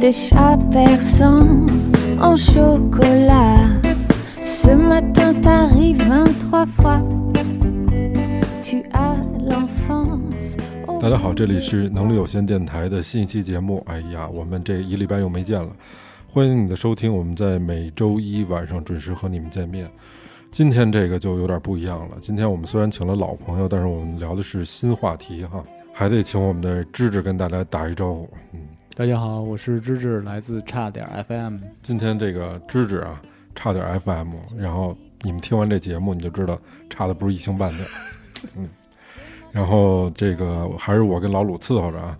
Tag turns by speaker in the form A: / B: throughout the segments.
A: fraîche à persan en chocolat. Ce matin t'arrives 23 fois. Tu as l'enfance. au
B: 大家好，这里是能力有限电台的信息节目。哎呀，我们这一礼拜又没见了，欢迎你的收听。我们在每周一晚上准时和你们见面。今天这个就有点不一样了。今天我们虽然请了老朋友，但是我们聊的是新话题哈，还得请我们的芝芝跟大家打一招呼。嗯，
C: 大家好，我是芝芝，来自差点儿 FM。
B: 今天这个芝芝啊，差点 FM，然后你们听完这节目你就知道差的不是一星半点，嗯，然后这个还是我跟老鲁伺候着啊，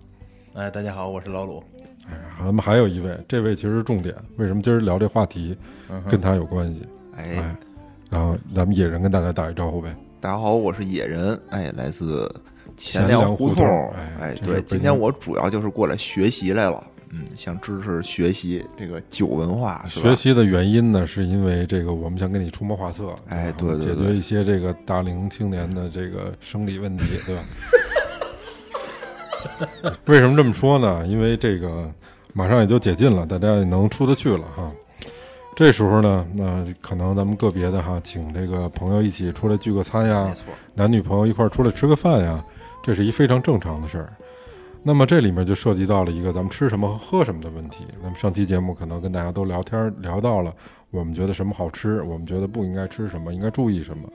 D: 哎，大家好，我是老鲁。
B: 哎，咱们还有一位，这位其实是重点，为什么今儿聊这话题
D: 嗯
B: 跟他有关系？
E: 哎，
B: 然后咱们野人跟大家打一招呼呗，
E: 大家好，我是野人，哎，来自
B: 钱
E: 钱
B: 粮
E: 粮
B: 胡
E: 胡
B: 同哎
E: 哎，
B: 这是
E: 对，
B: 北京
E: 今天我主要就是过来学习来了，嗯，想支持学习这个酒文化，是吧
B: 学，习的原因呢，是因为这个我们想给你出谋划策，
E: 哎
B: 然后
E: 对对
B: 解
E: 对
B: 决一些这个大龄青年的这个生理问题，对吧？ 为什么这么说呢？因为这个马上也就解禁了，大家也能出得去了哈。这时候呢，那可能咱们个别的哈，请这个朋友一起出来聚个餐呀，
E: 没错，
B: 男女朋友一块儿出来吃个饭呀，这是一非常正常的事儿。那么这里面就涉及到了一个咱们吃什么和喝什么的问题。那么上期节目可能跟大家都聊天儿聊到了，我们觉得什么好吃，我们觉得不应该吃什么，应该注意什么。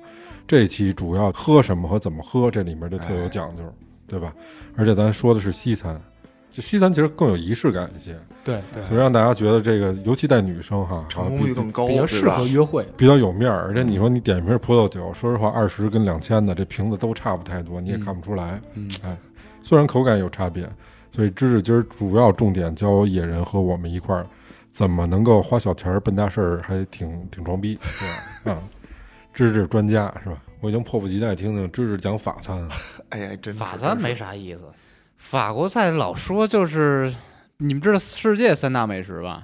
B: 这期主要喝什么和怎么喝，这里面就特有讲究，对吧？而且咱说的是西餐，就西餐其实更有仪式感一些，
C: 对对
B: 所以让大家觉得这个，尤其带女生哈，啊
E: 成功率
B: 比
E: 更高，
C: 比较
E: 对
C: 适
E: 吧
C: 合约会。
B: 比较有面儿，而且
C: 嗯
B: 你说你点一瓶葡萄酒，说实话，二十跟两千的这瓶子都差不太多，你也看不出来。
C: 嗯，
B: 哎，虽然口感有差别，所以芝芝今儿主要重点教野人和我们一块儿怎么能够花小钱儿办大事儿，还挺挺装逼，对吧？ 啊，芝芝专家是吧？我已经迫不及待听听芝芝讲法餐了。
E: 哎呀，真是
F: 法餐没，啥意思，法国菜老说就是，你们知道世界三大美食吧？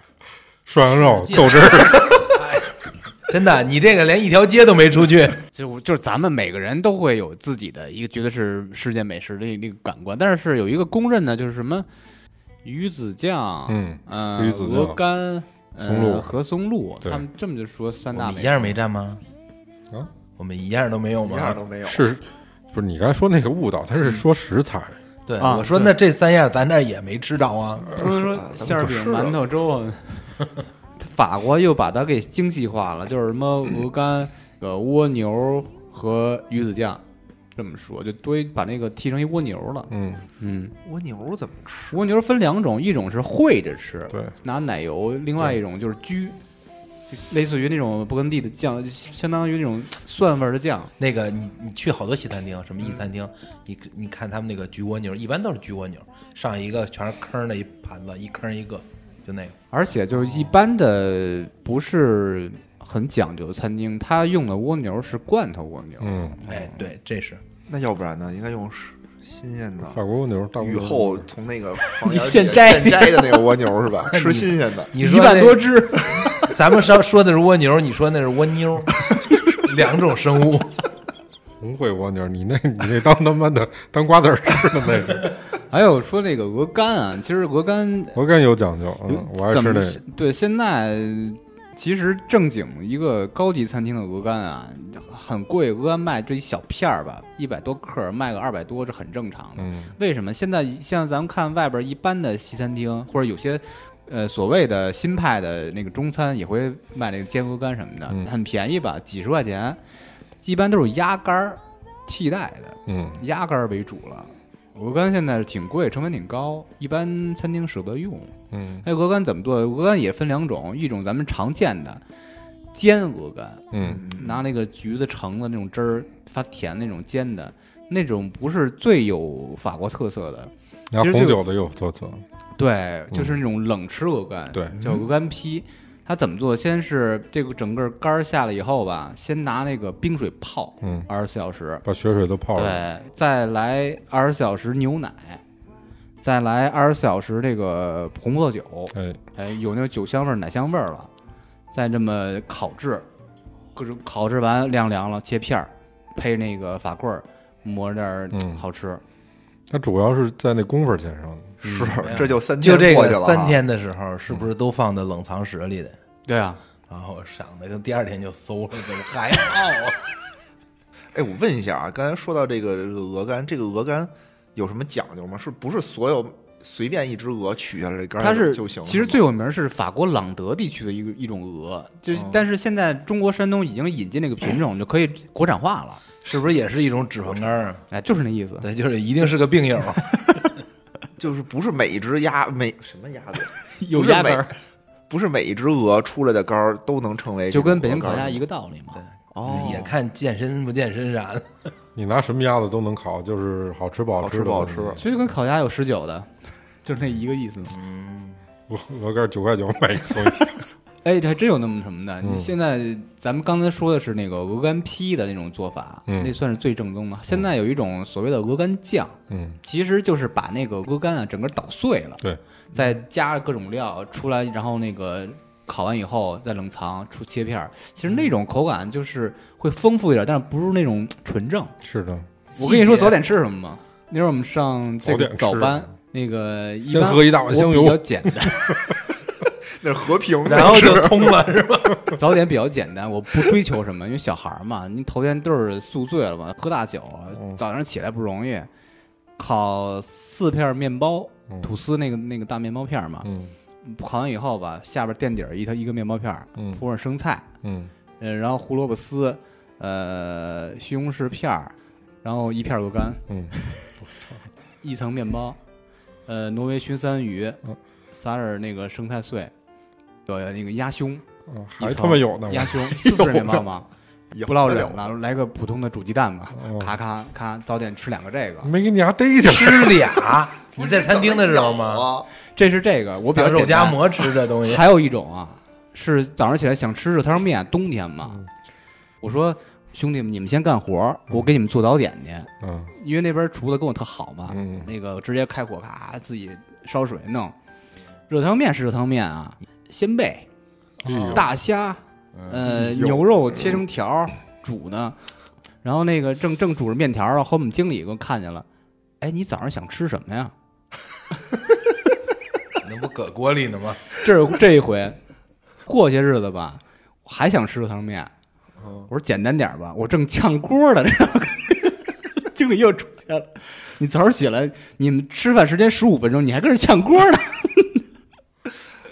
B: 涮 羊肉、豆汁儿，
D: 真的，你这个连一条街都没出去。
F: 就我就是咱们每个人都会有自己的一个觉得是世界美食的那个感官，但是有一个公认的就是什么鱼子酱，
B: 嗯，
F: 呃
B: 鱼子酱
F: 鹅肝、呃
B: 松露
F: 和松露，
B: 对哦
F: 他们这么就说
D: 我
F: 三大
D: 们
F: 美
D: 一
F: 食。
D: 样没占吗？
B: 啊，
D: 我们一样都没有
E: 一样
D: 吗？
E: 都没有，
B: 是不是？你刚才说那个误导，他
C: 嗯
B: 是说食材，
D: 对，
F: 啊
D: 我说那这三样咱那儿也没吃着啊。
F: 不是说馅儿饼、馒头粥，啊法国又把它给精细化了，就是什么鹅肝、呃蜗牛和鱼子酱，这么说就堆把那个剃成一蜗牛了。
B: 嗯，
F: 嗯，
E: 蜗牛怎么吃？
F: 蜗牛分两种，一种是烩着吃，
B: 对，
F: 拿奶油；另外一种就是焗，就类似于那种勃艮第的酱，就相当于那种蒜味儿的酱。
D: 那个你你去好多西餐厅，什么意餐厅，你你看他们那个焗蜗牛，一般都是焗蜗牛，上一个全是坑的一盘子，一坑一个，就那个。
F: 而且就是一般的不是很讲究的餐厅，它用的蜗牛是罐头蜗牛。
B: 嗯，
D: 哎，对，这是
E: 那要不然呢？应该用是新鲜的。
B: 法国蜗牛，大蜗
E: 雨
B: 牛
E: 后从那个房檐
F: 你现
E: 底下
F: 摘
E: 现摘的那个蜗牛是吧？
D: 你
E: 吃新鲜的，
D: 你说
F: 一万
D: 那
F: 多只，
D: 咱们说说的是蜗牛，你说那是蜗妞， 两种生物。
B: 红烩蜗牛，你那 你那当他妈的当瓜子儿吃的那 个，
F: 还有说那个鹅肝啊，其实鹅肝
B: 鹅肝有讲究，嗯
F: 有，
B: 我爱
F: 怎
B: 吃
F: 么
B: 那
F: 是对，现在其实正经一个高级餐厅的鹅肝啊，很贵，鹅肝卖这一小片儿吧，一百多克儿卖个二百多，这很正常的。
B: 嗯，
F: 为什么现在像咱们看外边一般的西餐厅，或者有些呃所谓的新派的那个中餐，也会卖那个煎鹅肝什么的，
B: 嗯
F: 很便宜吧，几十块钱，一般都是鸭肝儿替代的。
B: 嗯，
F: 鸭肝儿为主了。鹅肝现在是挺贵，成本挺高，一般餐厅舍不得用。
B: 嗯，
F: 那鹅肝怎么做？鹅肝也分两种，一种咱们常见的煎鹅肝，
B: 嗯，
F: 拿那个橘子、橙子那种汁儿发甜那种煎的，那种不是最有法国特色的。
B: 拿
F: 其实
B: 红
F: 就
B: 酒的有做做，
F: 对，就是那种冷吃鹅肝，
B: 对
F: 叫鹅肝批。它怎么做？先是这个整个肝儿下来以后吧，先拿那个冰水泡
B: 嗯，
F: 二十四小时，
B: 把血水都泡了，
F: 对，再来二十小时牛奶，再来二十小时这个红葡萄酒，
B: 哎，
F: 哎，有那个酒香味儿、奶香味儿了，再这么烤制，各种烤制完晾凉了，切片儿，配那个法棍儿，抹点儿
B: 嗯
F: 好吃。
B: 它主要是在那功夫儿钱上，
E: 是
D: 没有
E: 这就三
D: 就
E: 天
D: 这
E: 过
D: 个
E: 去了啊，
D: 三天的时候，是不是都放在冷藏室里的？
F: 对啊，
D: 然后想的，第二天就馊了， 怎么还好啊？
E: 哎，我问一下啊，刚才说到这个鹅肝，这个鹅肝有什么讲究吗？是不是所有随便一只鹅取下来这肝
F: 它是
E: 就行了吗？
F: 其实最有名是法国朗德地区的一个一种鹅，就是、
E: 哦
F: 但是现在中国山东已经引进这个品种，就可以国产化了。
D: 是不是也是一种脂肪肝 啊？
F: 哎，就是那意思。
D: 对，就是一定是个病友。
E: 就是不是每一只鸭每什么鸭子，
F: 有
E: 不是
F: 压根
E: 每
F: 儿，
E: 不是每一只鹅出来的肝儿都能成为
F: 就跟北京
E: 这
F: 烤
E: 种鹅肝
F: 鸭
E: 儿
F: 一个道理嘛。
D: 对
F: 哦，
D: 也看健身不健身啥的。
B: 你拿什么鸭子都能烤，就是好吃不好
E: 好
B: 吃
E: 吃
B: 的
E: 不好
B: 问题。
E: 吃？
F: 所以跟烤鸭有十 九的，就是那一个意思嘛。
B: 我鹅肝九块九买一 送一，
F: 哎，这还真有那么什么的。
B: 嗯
F: 你现在咱们刚才说的是那个鹅肝坯的那种做法，
B: 嗯
F: 那算是最正宗嘛。现在有一种所谓的鹅肝酱，
B: 嗯，
F: 其实就是把那个鹅肝啊整个捣碎了，
B: 对，
F: 再加各种料出来，然后那个烤完以后再冷藏出切片儿。
B: 嗯
F: 其实那种口感就是会丰富一点，但是不是那种纯正。
B: 是的，
F: 我跟你
D: 细
F: 说
D: 节
F: 早点吃什么吗？那时候我们上这个
B: 早
F: 早
B: 点吃
F: 班，那个一
B: 先
F: 般
B: 喝一大碗香油
F: 我比较简单，
E: 那是和平的，
D: 然后就通 了，是吧？
F: 早点比较简单，我不追求什么，因为小孩儿嘛，你头天都是宿醉了嘛，喝大酒，啊
B: 嗯
F: 早上起来不容易，烤四片面包，吐司那个那个大面包片儿嘛，
B: 嗯
F: 烤完以后吧，下边垫底儿一条一个面包片儿，
B: 嗯
F: 铺上生菜，
B: 嗯，
F: 嗯，然后胡萝卜丝，呃，西红柿片儿，然后一片鹅肝，
B: 嗯，
F: 一层面包，呃，挪威熏三文鱼
B: 嗯，
F: 撒点儿那个生菜碎，对，那个鸭胸，
B: 啊
F: 一
B: 还
F: 层
B: 他妈有呢，
F: 鸭胸，四份面包嘛，
E: 也
F: 不落
E: 得
F: 忍了，来个普通的煮鸡蛋吧
B: 哦，
F: 咔咔咔，早点吃两个这个，
D: 嗯
B: 没给你丫逮起来。
D: 吃俩， 你在餐厅的时候吗？？
F: 这是这个，我比较
D: 当肉
F: 简
D: 夹
F: 单
D: 馍吃这东西，
F: 还有一种啊，是早上起来想吃热汤面，冬天嘛。
D: 嗯
F: 我说兄弟们，你们先干活儿，我给你们做早点去，
B: 嗯
F: 因为那边厨子跟我特好嘛。
B: 嗯
F: 啊那个直接开火，咔，自己烧水弄。热汤面是热汤面啊，鲜贝、
B: 哎呦，嗯
F: 大虾，呃，牛肉切成条儿煮呢，然后那个正正煮着面条儿啊，和我们经理给我看见了。哎，你早上想吃什么呀？
D: 那不搁锅里呢吗？
F: 这这一回，过些日子吧，我还想吃热汤面。
B: 哦
F: 我说简单点儿吧，我正炝锅呢， 这经理又出现了。你早上起来，你们吃饭时间十五分钟，你还跟着炝锅呢？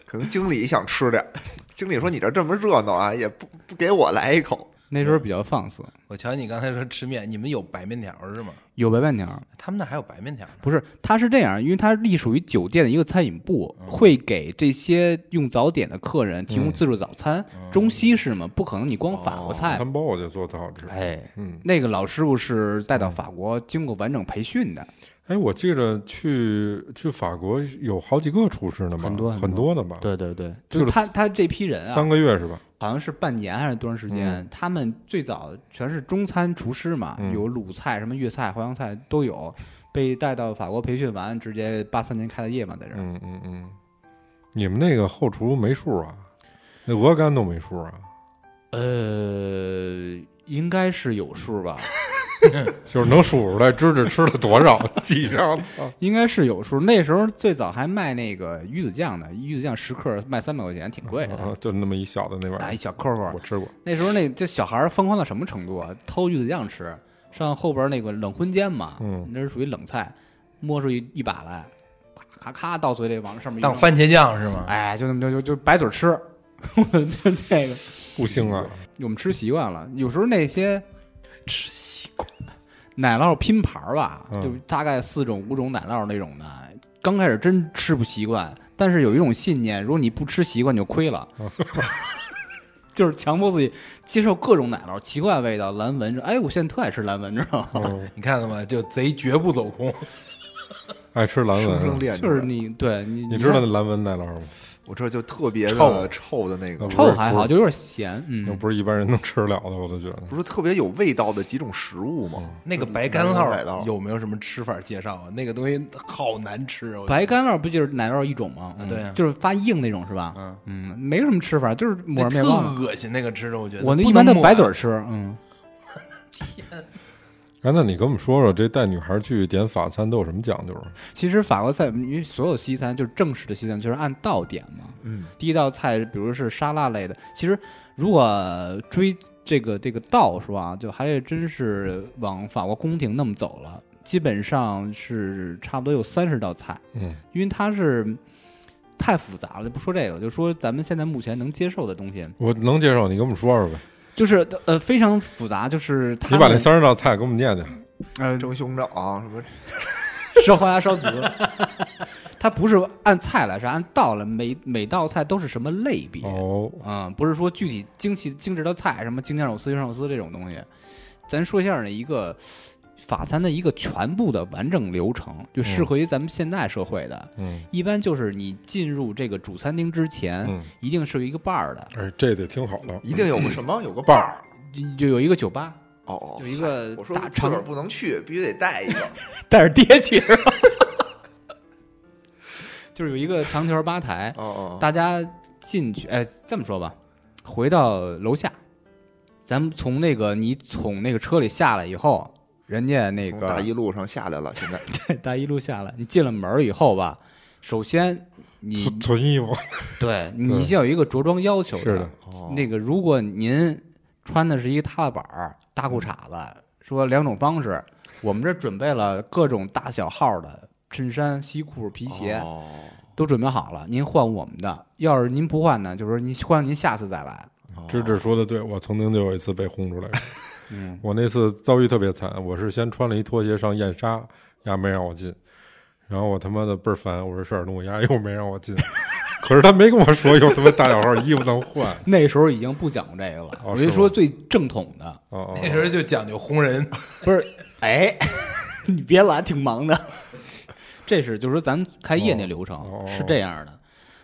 E: 可能经理想吃点儿，经理说你这这么热闹啊，也不不给我来一口。
F: 那时候比较放肆，
D: 我瞧你刚才说吃面，你们有白面条是吗？
F: 有白面条儿。
D: 他们那还有白面条呢。
F: 不是，它是这样，因为它隶属于酒店的一个餐饮部，
B: 嗯
F: 会给这些用早点的客人提供自助早餐，
B: 嗯
F: 中西式嘛，不可能你光法国菜。
B: 餐包我就做的好吃。
F: 哎，
B: 嗯，
F: 那个老师傅是带到法国，经过完整培训的。
B: 哎，我记着去去法国有好几个厨师呢吧，
F: 很多
B: 很
F: 很
B: 多呢吧，
F: 对对对，
B: 就
F: 就是
B: 是
F: 他他这批人啊，
B: 三个月是吧？
F: 好像是半年还是多长时间，他们最早全是中餐厨师嘛，
B: 嗯
F: 有鲁菜、什么粤菜、淮扬菜都有，被带到法国培训完，直接八三年开的业嘛，在这儿。
B: 嗯嗯嗯，你们那个后厨没数啊？那鹅肝都没数啊？
F: 呃，应该是有数吧，
B: 就是能数出来，芝芝吃了多少， 记上。操
F: 应该是有数。那时候最早还卖那个鱼子酱呢，鱼子酱十克卖三百块钱，挺贵的。
B: 啊，就那么一小的那玩
F: 拿
B: 意
F: 一小扣
B: 儿，我
F: 扣，
B: 吃过。
F: 那时候那这小孩儿疯狂到什么程度啊？偷鱼子酱吃，上后边那个冷荤间嘛，
B: 嗯
F: 那是属于冷菜，摸出一一把来，咔咔咔到嘴里往上面一
D: 当
F: 扔
D: 番茄酱是吗？
F: 哎，就那么就就就白嘴吃，我操，就这个
B: 不腥啊！
F: 我们吃习惯了。有时候那些
D: 吃习惯。
F: 奶酪拼盘儿吧，
B: 嗯
F: 就大概四种五种奶酪那种的，刚开始真吃不习惯，但是有一种信念，如果你不吃习惯就亏 了，就是强迫自己接受各种奶酪，奇怪味道，蓝纹，哎，我现在特爱吃蓝纹，知道吗？
B: 嗯，
D: 你看了吗？就贼绝不走空。
B: 爱吃蓝
E: 生生
B: 纹，啊
E: 练出
F: 就
E: 来
F: 是你对你
B: 你知道那蓝纹奶酪吗？
E: 我这就特别
D: 臭
E: 的臭的那个
B: 嗯，
F: 臭还好，就有点咸，
B: 那
F: 嗯，
B: 不是一般人能吃了的，我都觉得。
E: 不是特别有味道的几种食物吗？
D: 那个白干
E: 干
D: 酪有没有什么吃法介绍啊？那个东西好难吃，啊我觉得
F: 白干酪不就是奶酪一种吗？嗯
D: 对啊
F: 就是发硬那种是吧？
D: 嗯
F: 嗯，没什么吃法，就是抹
D: 那
F: 上面
D: 特
F: 包嘛。
D: 恶心，那个吃着我觉得
F: 我那
D: 不
F: 一般
D: 能
F: 都
D: 抹
F: 白嘴儿吃，嗯，
B: 哎，那你跟我们说说，这带女孩去点法餐都有什么讲究啊？
F: 其实法国菜，因为所有西餐就是正式的西餐，就是按道点嘛。
E: 嗯，
F: 第一道菜，比如是沙拉类的，其实如果追这个这个道数啊，就还真是往法国宫廷那么走了，基本上是差不多有三十道菜，
B: 嗯，
F: 因为它是太复杂了，就不说这个，就说咱们现在目前能接受的东西，
B: 我能接受，你跟我们说说呗。
F: 就是呃非常复杂，就是它
B: 你把这三十道菜给我们念念。
F: 呃
E: 蒸熊掌啊什么，
F: 烧花鸭、烧子，它不是按菜来，是按道来，每每道菜都是什么类别。
B: 哦，
F: 嗯，不是说具体精细精致的菜，什么京酱肉丝、鱼香肉丝这种东西。咱说一下呢，一个法餐的一个全部的完整流程，就适合于咱们现代社会的。
B: 嗯
F: 一般就是你进入这个主餐厅之前，
B: 嗯，
F: 一定是有一个 bar 的，
B: 哎，这得听好了，
E: 一定有个什么有个
B: 伴
E: 伴
B: 儿
E: 儿。
F: 就就有一个酒吧，
E: 嗯哦哦，
F: 有一个
E: 我说
F: 大
E: 自
F: 长
E: 个儿不能去，必须得带一个。
F: 带着爹去，是吧 就是有一个长条吧 台，
E: 哦哦，
F: 大家进去，哎，这么说吧，回到楼下，咱们从那个你从那个车里下来以后，人家那
E: 从
F: 个
E: 大一路上下来了，现在
F: 大一路下来，你进了门儿以后吧，首先你
B: 存存衣服。
F: 对你先有一个着装要求
B: 是的，
F: 那个如果您穿的是一个踏板儿、大裤衩子，说两种方式，我们这儿准备了各种大小号的衬衫、西裤、皮鞋，
E: 哦
F: 都准备好了，您换我们的。要是您不换呢，就是说您换您下次再来。
B: 芝芝说的对，我曾经就有一次被轰出 来过。
F: 嗯，
B: 我那次遭遇特别惨，我是先穿了一拖鞋上燕莎，丫没让我进，然后我他妈的倍儿烦，我说事儿弄，丫又没让我 进，可是他没跟我说有他妈大小号衣服能换，
F: 那时候已经不讲究这个了，
B: 哦
F: 我就是说
B: 吗
F: 最正统的，
B: 哦哦
D: 那时候就讲究轰人，
F: 不是？ 哎，你别拦，挺忙的。 这是就是说咱们开业那流程、
B: 哦哦
F: 是这样的，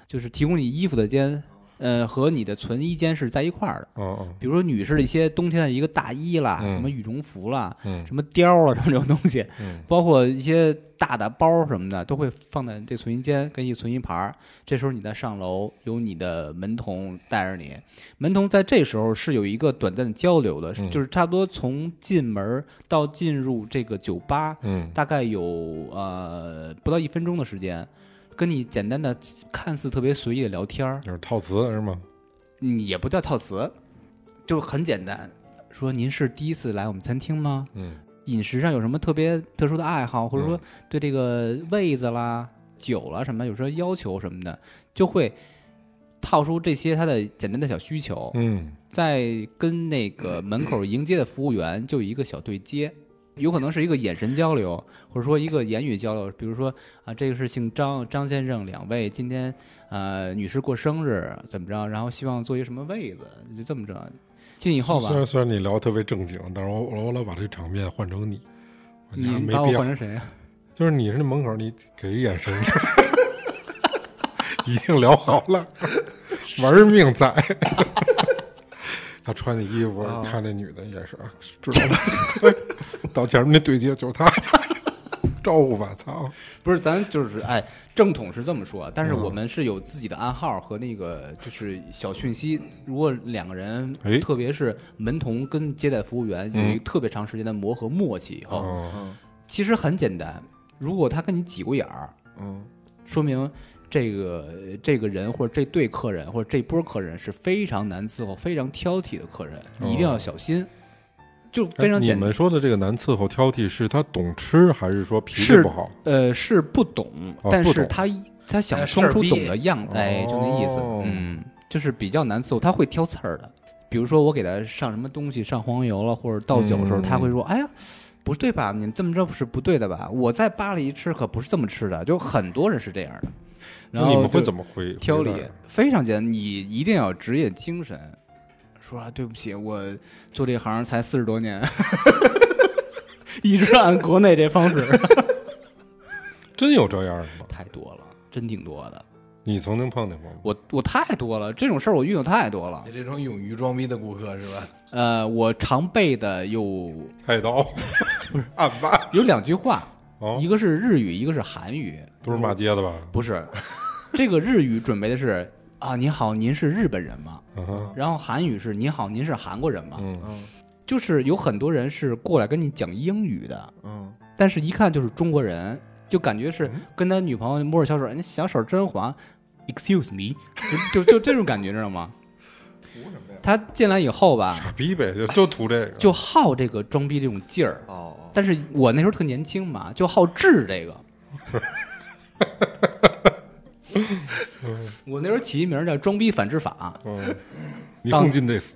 F: 就是提供你衣服的间，呃，和你的存衣间是在一块儿的。
B: 哦哦，
F: 比如说女士的一些冬天的一个大衣啦，
B: 嗯
F: 什么羽绒服啦，
B: 嗯
F: 什么貂啦，什 么这种东西，
B: 嗯
F: 包括一些大的包什么的，都会放在这存衣间跟一存衣盘儿。这时候你再上楼，由你的门童带着你。门童在这时候是有一个短暂的交流的，是
B: 嗯
F: 就是差不多从进门儿到进入这个酒吧，
B: 嗯
F: 大概有呃不到一分钟的时间，跟你简单的看似特别随意的聊天儿，
B: 就是套词是吗？
F: 嗯，也不叫套词，就很简单。说您是第一次来我们餐厅吗？
B: 嗯
F: 饮食上有什么特别特殊的爱好，或者说
B: 嗯
F: 对这个位子啦、酒啦什么有什么要求什么的，就会套出这些他的简单的小需求，
B: 嗯
F: 再跟那个门口迎接的服务员就有一个小对接。有可能是一个眼神交流，或者说一个言语交流，比如说啊，这个是姓张，张先生，两位今天呃女士过生日怎么着，然后希望坐一什么位子，就这么着。进以后吧
B: 虽，然虽然你聊得特别正经，但是我我我老把这场面换成你，我觉
F: 你
B: 得没
F: 把我
B: 必要
F: 换成谁呀、
B: 就是你是那门口，你给一眼神， 已经聊好了，玩命在。他穿的衣服，
F: 啊
B: 看那女的也是，啊，知道了。到前面那对接就是他， 招呼吧，操！
F: 不是，咱就是哎，正统是这么说，但是
B: 嗯
F: 我们是有自己的暗号和那个就是小讯息。如果两个人，
B: 哎
F: 特别是门童跟接待服务员有一个特别长时间的磨合默契以后，
B: 嗯哦，
E: 嗯
F: 其实很简单。如果他跟你挤过眼儿，
E: 嗯，
F: 说明这个这个人或者这对客人或者这波客人是非常难伺候、非常挑剔的客人，你一定要小心。就非常
B: 哦哎你
F: 简单
B: 们，说的这个难伺候挑剔，是他懂吃还是说脾气
F: 是
B: 不好？
F: 呃，是不懂，
B: 哦
F: 但
B: 不
F: 是
B: 懂
F: 他他想
D: 哎
F: 装
D: 事儿
F: 出
D: 逼
F: 懂的样子，哎，就那意思
B: 哦，
F: 嗯，就是比较难伺候，他会挑刺儿的。比如说我给他上什么东西，上黄油了或者倒酒的时候，
B: 嗯
F: 他会说：“哎呀，不对吧？你们这么着是不对的吧？我在巴黎吃可不是这么吃的。”就很多人是这样的。然
B: 那
F: 后
B: 你们会
F: 就
B: 怎么回？
F: 挑理
B: 回答？
F: 非常简单，你一定要有职业精神。说啊，对不起，我做这行才四十多年， 一直按国内这方式。
B: 真有这样的吗？
F: 太多了，真挺多的。
B: 你曾经碰见过吗？
F: 我我太多了，这种事儿我遇到太多了
D: 你。这种勇于装逼的顾客是吧？
F: 呃，我常备的有
B: 菜刀、 案板，
F: 有两句话，
B: 哦
F: 一，个是日语，一个是韩语。
B: 都是骂街的吧？
F: 不 是，这个日语准备的是啊，你好，您是日本人吗？
B: 嗯哼，
F: 然后韩语是你好，您是韩国人吗？
B: 嗯，
F: 就是有很多人是过来跟你讲英语的，
E: 嗯，
F: 但是一看就是中国人，就感觉是跟他女朋友摸着小手，人家小手真滑，excuse me，就就就这种感觉，知道吗？
E: 图什么呀？
F: 他进来以后吧，
B: 傻啊逼呗，就就图这
E: 啊
B: 个，
F: 就好这个装逼这种劲儿，
E: 哦，
F: 但是我那时候特年轻嘛，就好治这 个。我那时候起一名叫“装逼反制法
B: 嗯，你送进 this，”，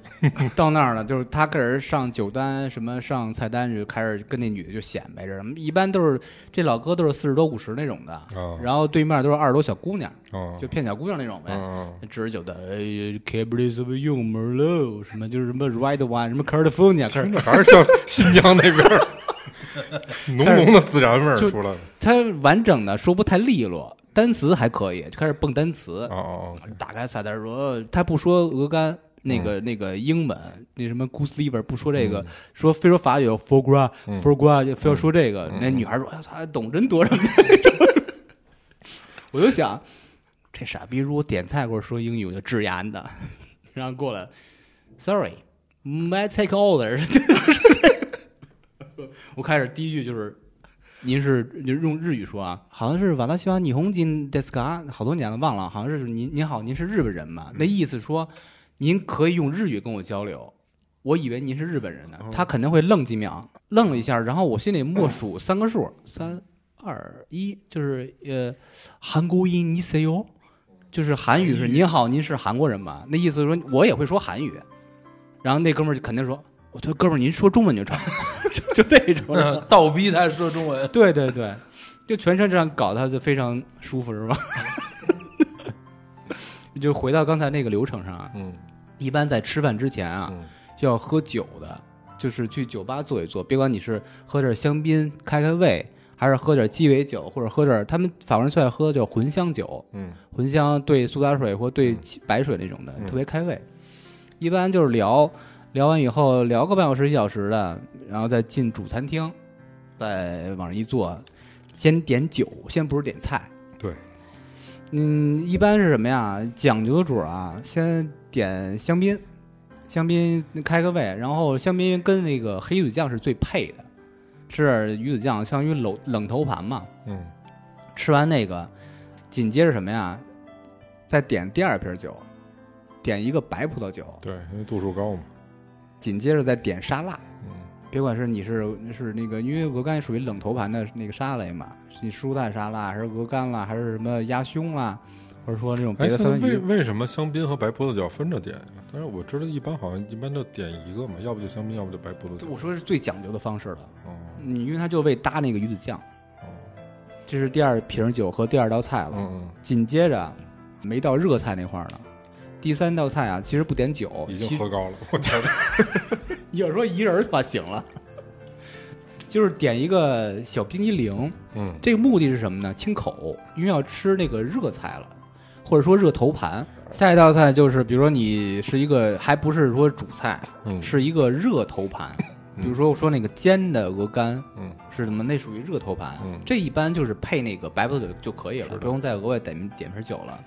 F: 到那儿了就是他开始上酒单，什么上菜单，就开始跟那女的就显摆着。一般都是这老哥都是四十多五十那种的，
B: 哦
F: 然后对面都是二十多小姑娘，
B: 哦，
F: 就骗小姑娘那种呗。
B: 嗯，
F: 指着酒单，哎呀 c a b r i s o u Merlot，什么就是什么 Red Wine，什么 California，开始
B: 听着还是像新疆那边儿 浓浓的孜然味儿
F: 就
B: 出来了，
F: 他完整的说不太利落，单词还可以，就开始蹦单词。
B: 哦哦哦，
F: 打开菜单说，呃嗯他不说鹅肝，那个、那个英文，那什么 goose liver 不说这个，说非说法语 foie gras foie gras，就非要说这个。那女孩说，哎呦他懂真多什么的。 我就想，这傻逼如果点菜或者说英语，我就治牙的。 然后过来，sorry，may I take order？我开始第一句就是。您是您用日语说啊？好像是瓦达西瓦霓虹金德斯卡，好多年了，忘了，好像是您您好，您是日本人嘛？那意思说，您可以用日语跟我交流。我以为您是日本人呢，他肯定会愣几秒，愣了一下，然后我心里默数三个数，三二一，就是呃，韩国音你 say 哟，就是韩语是您好，您是韩国人吧？那意思说我也会说韩语，然后那哥们儿就肯定说，我说哥们儿您说中文就成， 就就这种。
D: 倒逼他说中文。
F: 对对对，就全程这样搞，他就非常舒服，是吧？ 就回到刚才那个流程上啊，
B: 嗯
F: 一般在吃饭之前啊，
B: 嗯
F: 就要喝酒的，就是去酒吧坐一坐，别管你是喝点香槟开开胃，还是喝点鸡尾酒，或者喝点他们法国人最爱喝叫茴香酒，
B: 嗯
F: 茴香兑苏打水或兑白水那种的，特别开胃。一般就是聊聊完以后聊个半小时一小时的，然后再进主餐厅，再往上一坐，先点酒，先不是点菜。
B: 对，
F: 嗯，一般是什么呀？讲究的主儿啊，先点香槟，香槟开个胃，然后香槟跟那个黑鱼子酱是最配的，吃点鱼子酱相当于冷冷头盘嘛。
B: 嗯
F: 吃完那个，紧接着什么呀？再点第二瓶酒，点一个白葡萄酒，
B: 对，因为度数高嘛，
F: 紧接着再点沙拉。
B: 嗯
F: 别管是你是是那个，因为鹅肝属于冷头盘的那个沙拉嘛，你蔬菜沙拉还是鹅肝啦，还是什么鸭胸啦，或者说那种别
B: 哎，
F: 的
B: 现
F: 三
B: 在
F: 文
B: 为
F: 鱼，
B: 为什么香槟和白葡萄酒分着点呀？啊但是我知道一般好像一般就点一个嘛，要不就香槟，要不就白葡萄酒。
F: 我说是最讲究的方式了。嗯
B: 哦，
F: 你因为它就为搭那个鱼子酱，
B: 哦
F: 这是第二瓶酒和第二道菜了。
B: 嗯
F: 紧接着没到热菜那块儿呢，第三道菜啊，其实不点酒，
B: 嗯，已
F: 其
B: 经喝高了，我觉 得。
F: 有时候一人儿把醒 了，就是点一个小冰激凌。
B: 嗯
F: 这个目的是什么呢？清口，因为要吃那个热菜了，或者说热头盘。下一道菜就是，比如说你是一个还不是说主菜，
B: 嗯
F: 是一个热头盘。比如说我说那个煎的鹅肝
B: 嗯
F: 是什么？那属于热头盘。
B: 嗯
F: 这一般就是配那个白葡萄酒就可以了，不用再额外点点瓶酒了。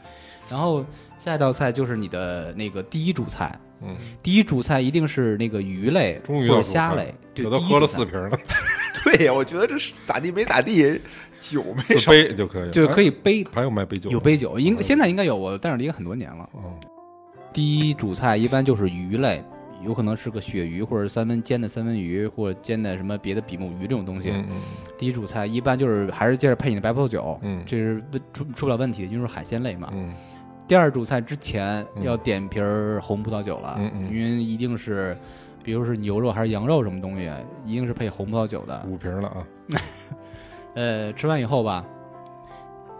F: 然后下一道菜就是你的那个第一主菜，
B: 嗯，
F: 第一主菜一定是那个鱼类
B: 终于
F: 或
B: 到
F: 者
B: 主
F: 虾
B: 菜
F: 类，对
B: 这都
F: 第一
B: 喝了
F: 主
B: 四
F: 菜
B: 瓶了，
E: 对呀，我觉得这是咋地没咋地，酒没
B: 四
E: 少。
B: 杯就可以了，
F: 就是可以杯
B: 哎。还有卖杯酒的，
F: 有杯酒，应
B: 嗯
F: 现在应该有，我但是离开很多年了。
B: 嗯，
F: 第一主菜一般就是鱼类，有可能是个鳕鱼或者三文煎的三文鱼，或者煎的什么别的比目鱼这种东西。
B: 嗯嗯
F: 第一主菜一般就是还是接着配你的白葡萄酒，
B: 嗯
F: 这啊是问出出不了问题的，因为是海鲜类嘛。
B: 嗯
F: 第二主菜之前
B: 嗯
F: 要点瓶儿红葡萄酒了，
B: 嗯嗯
F: 因为一定是，比如是牛肉还是羊肉什么东西，一定是配红葡萄酒的
B: 嗯，。五瓶了啊，
F: 呃，吃完以后吧，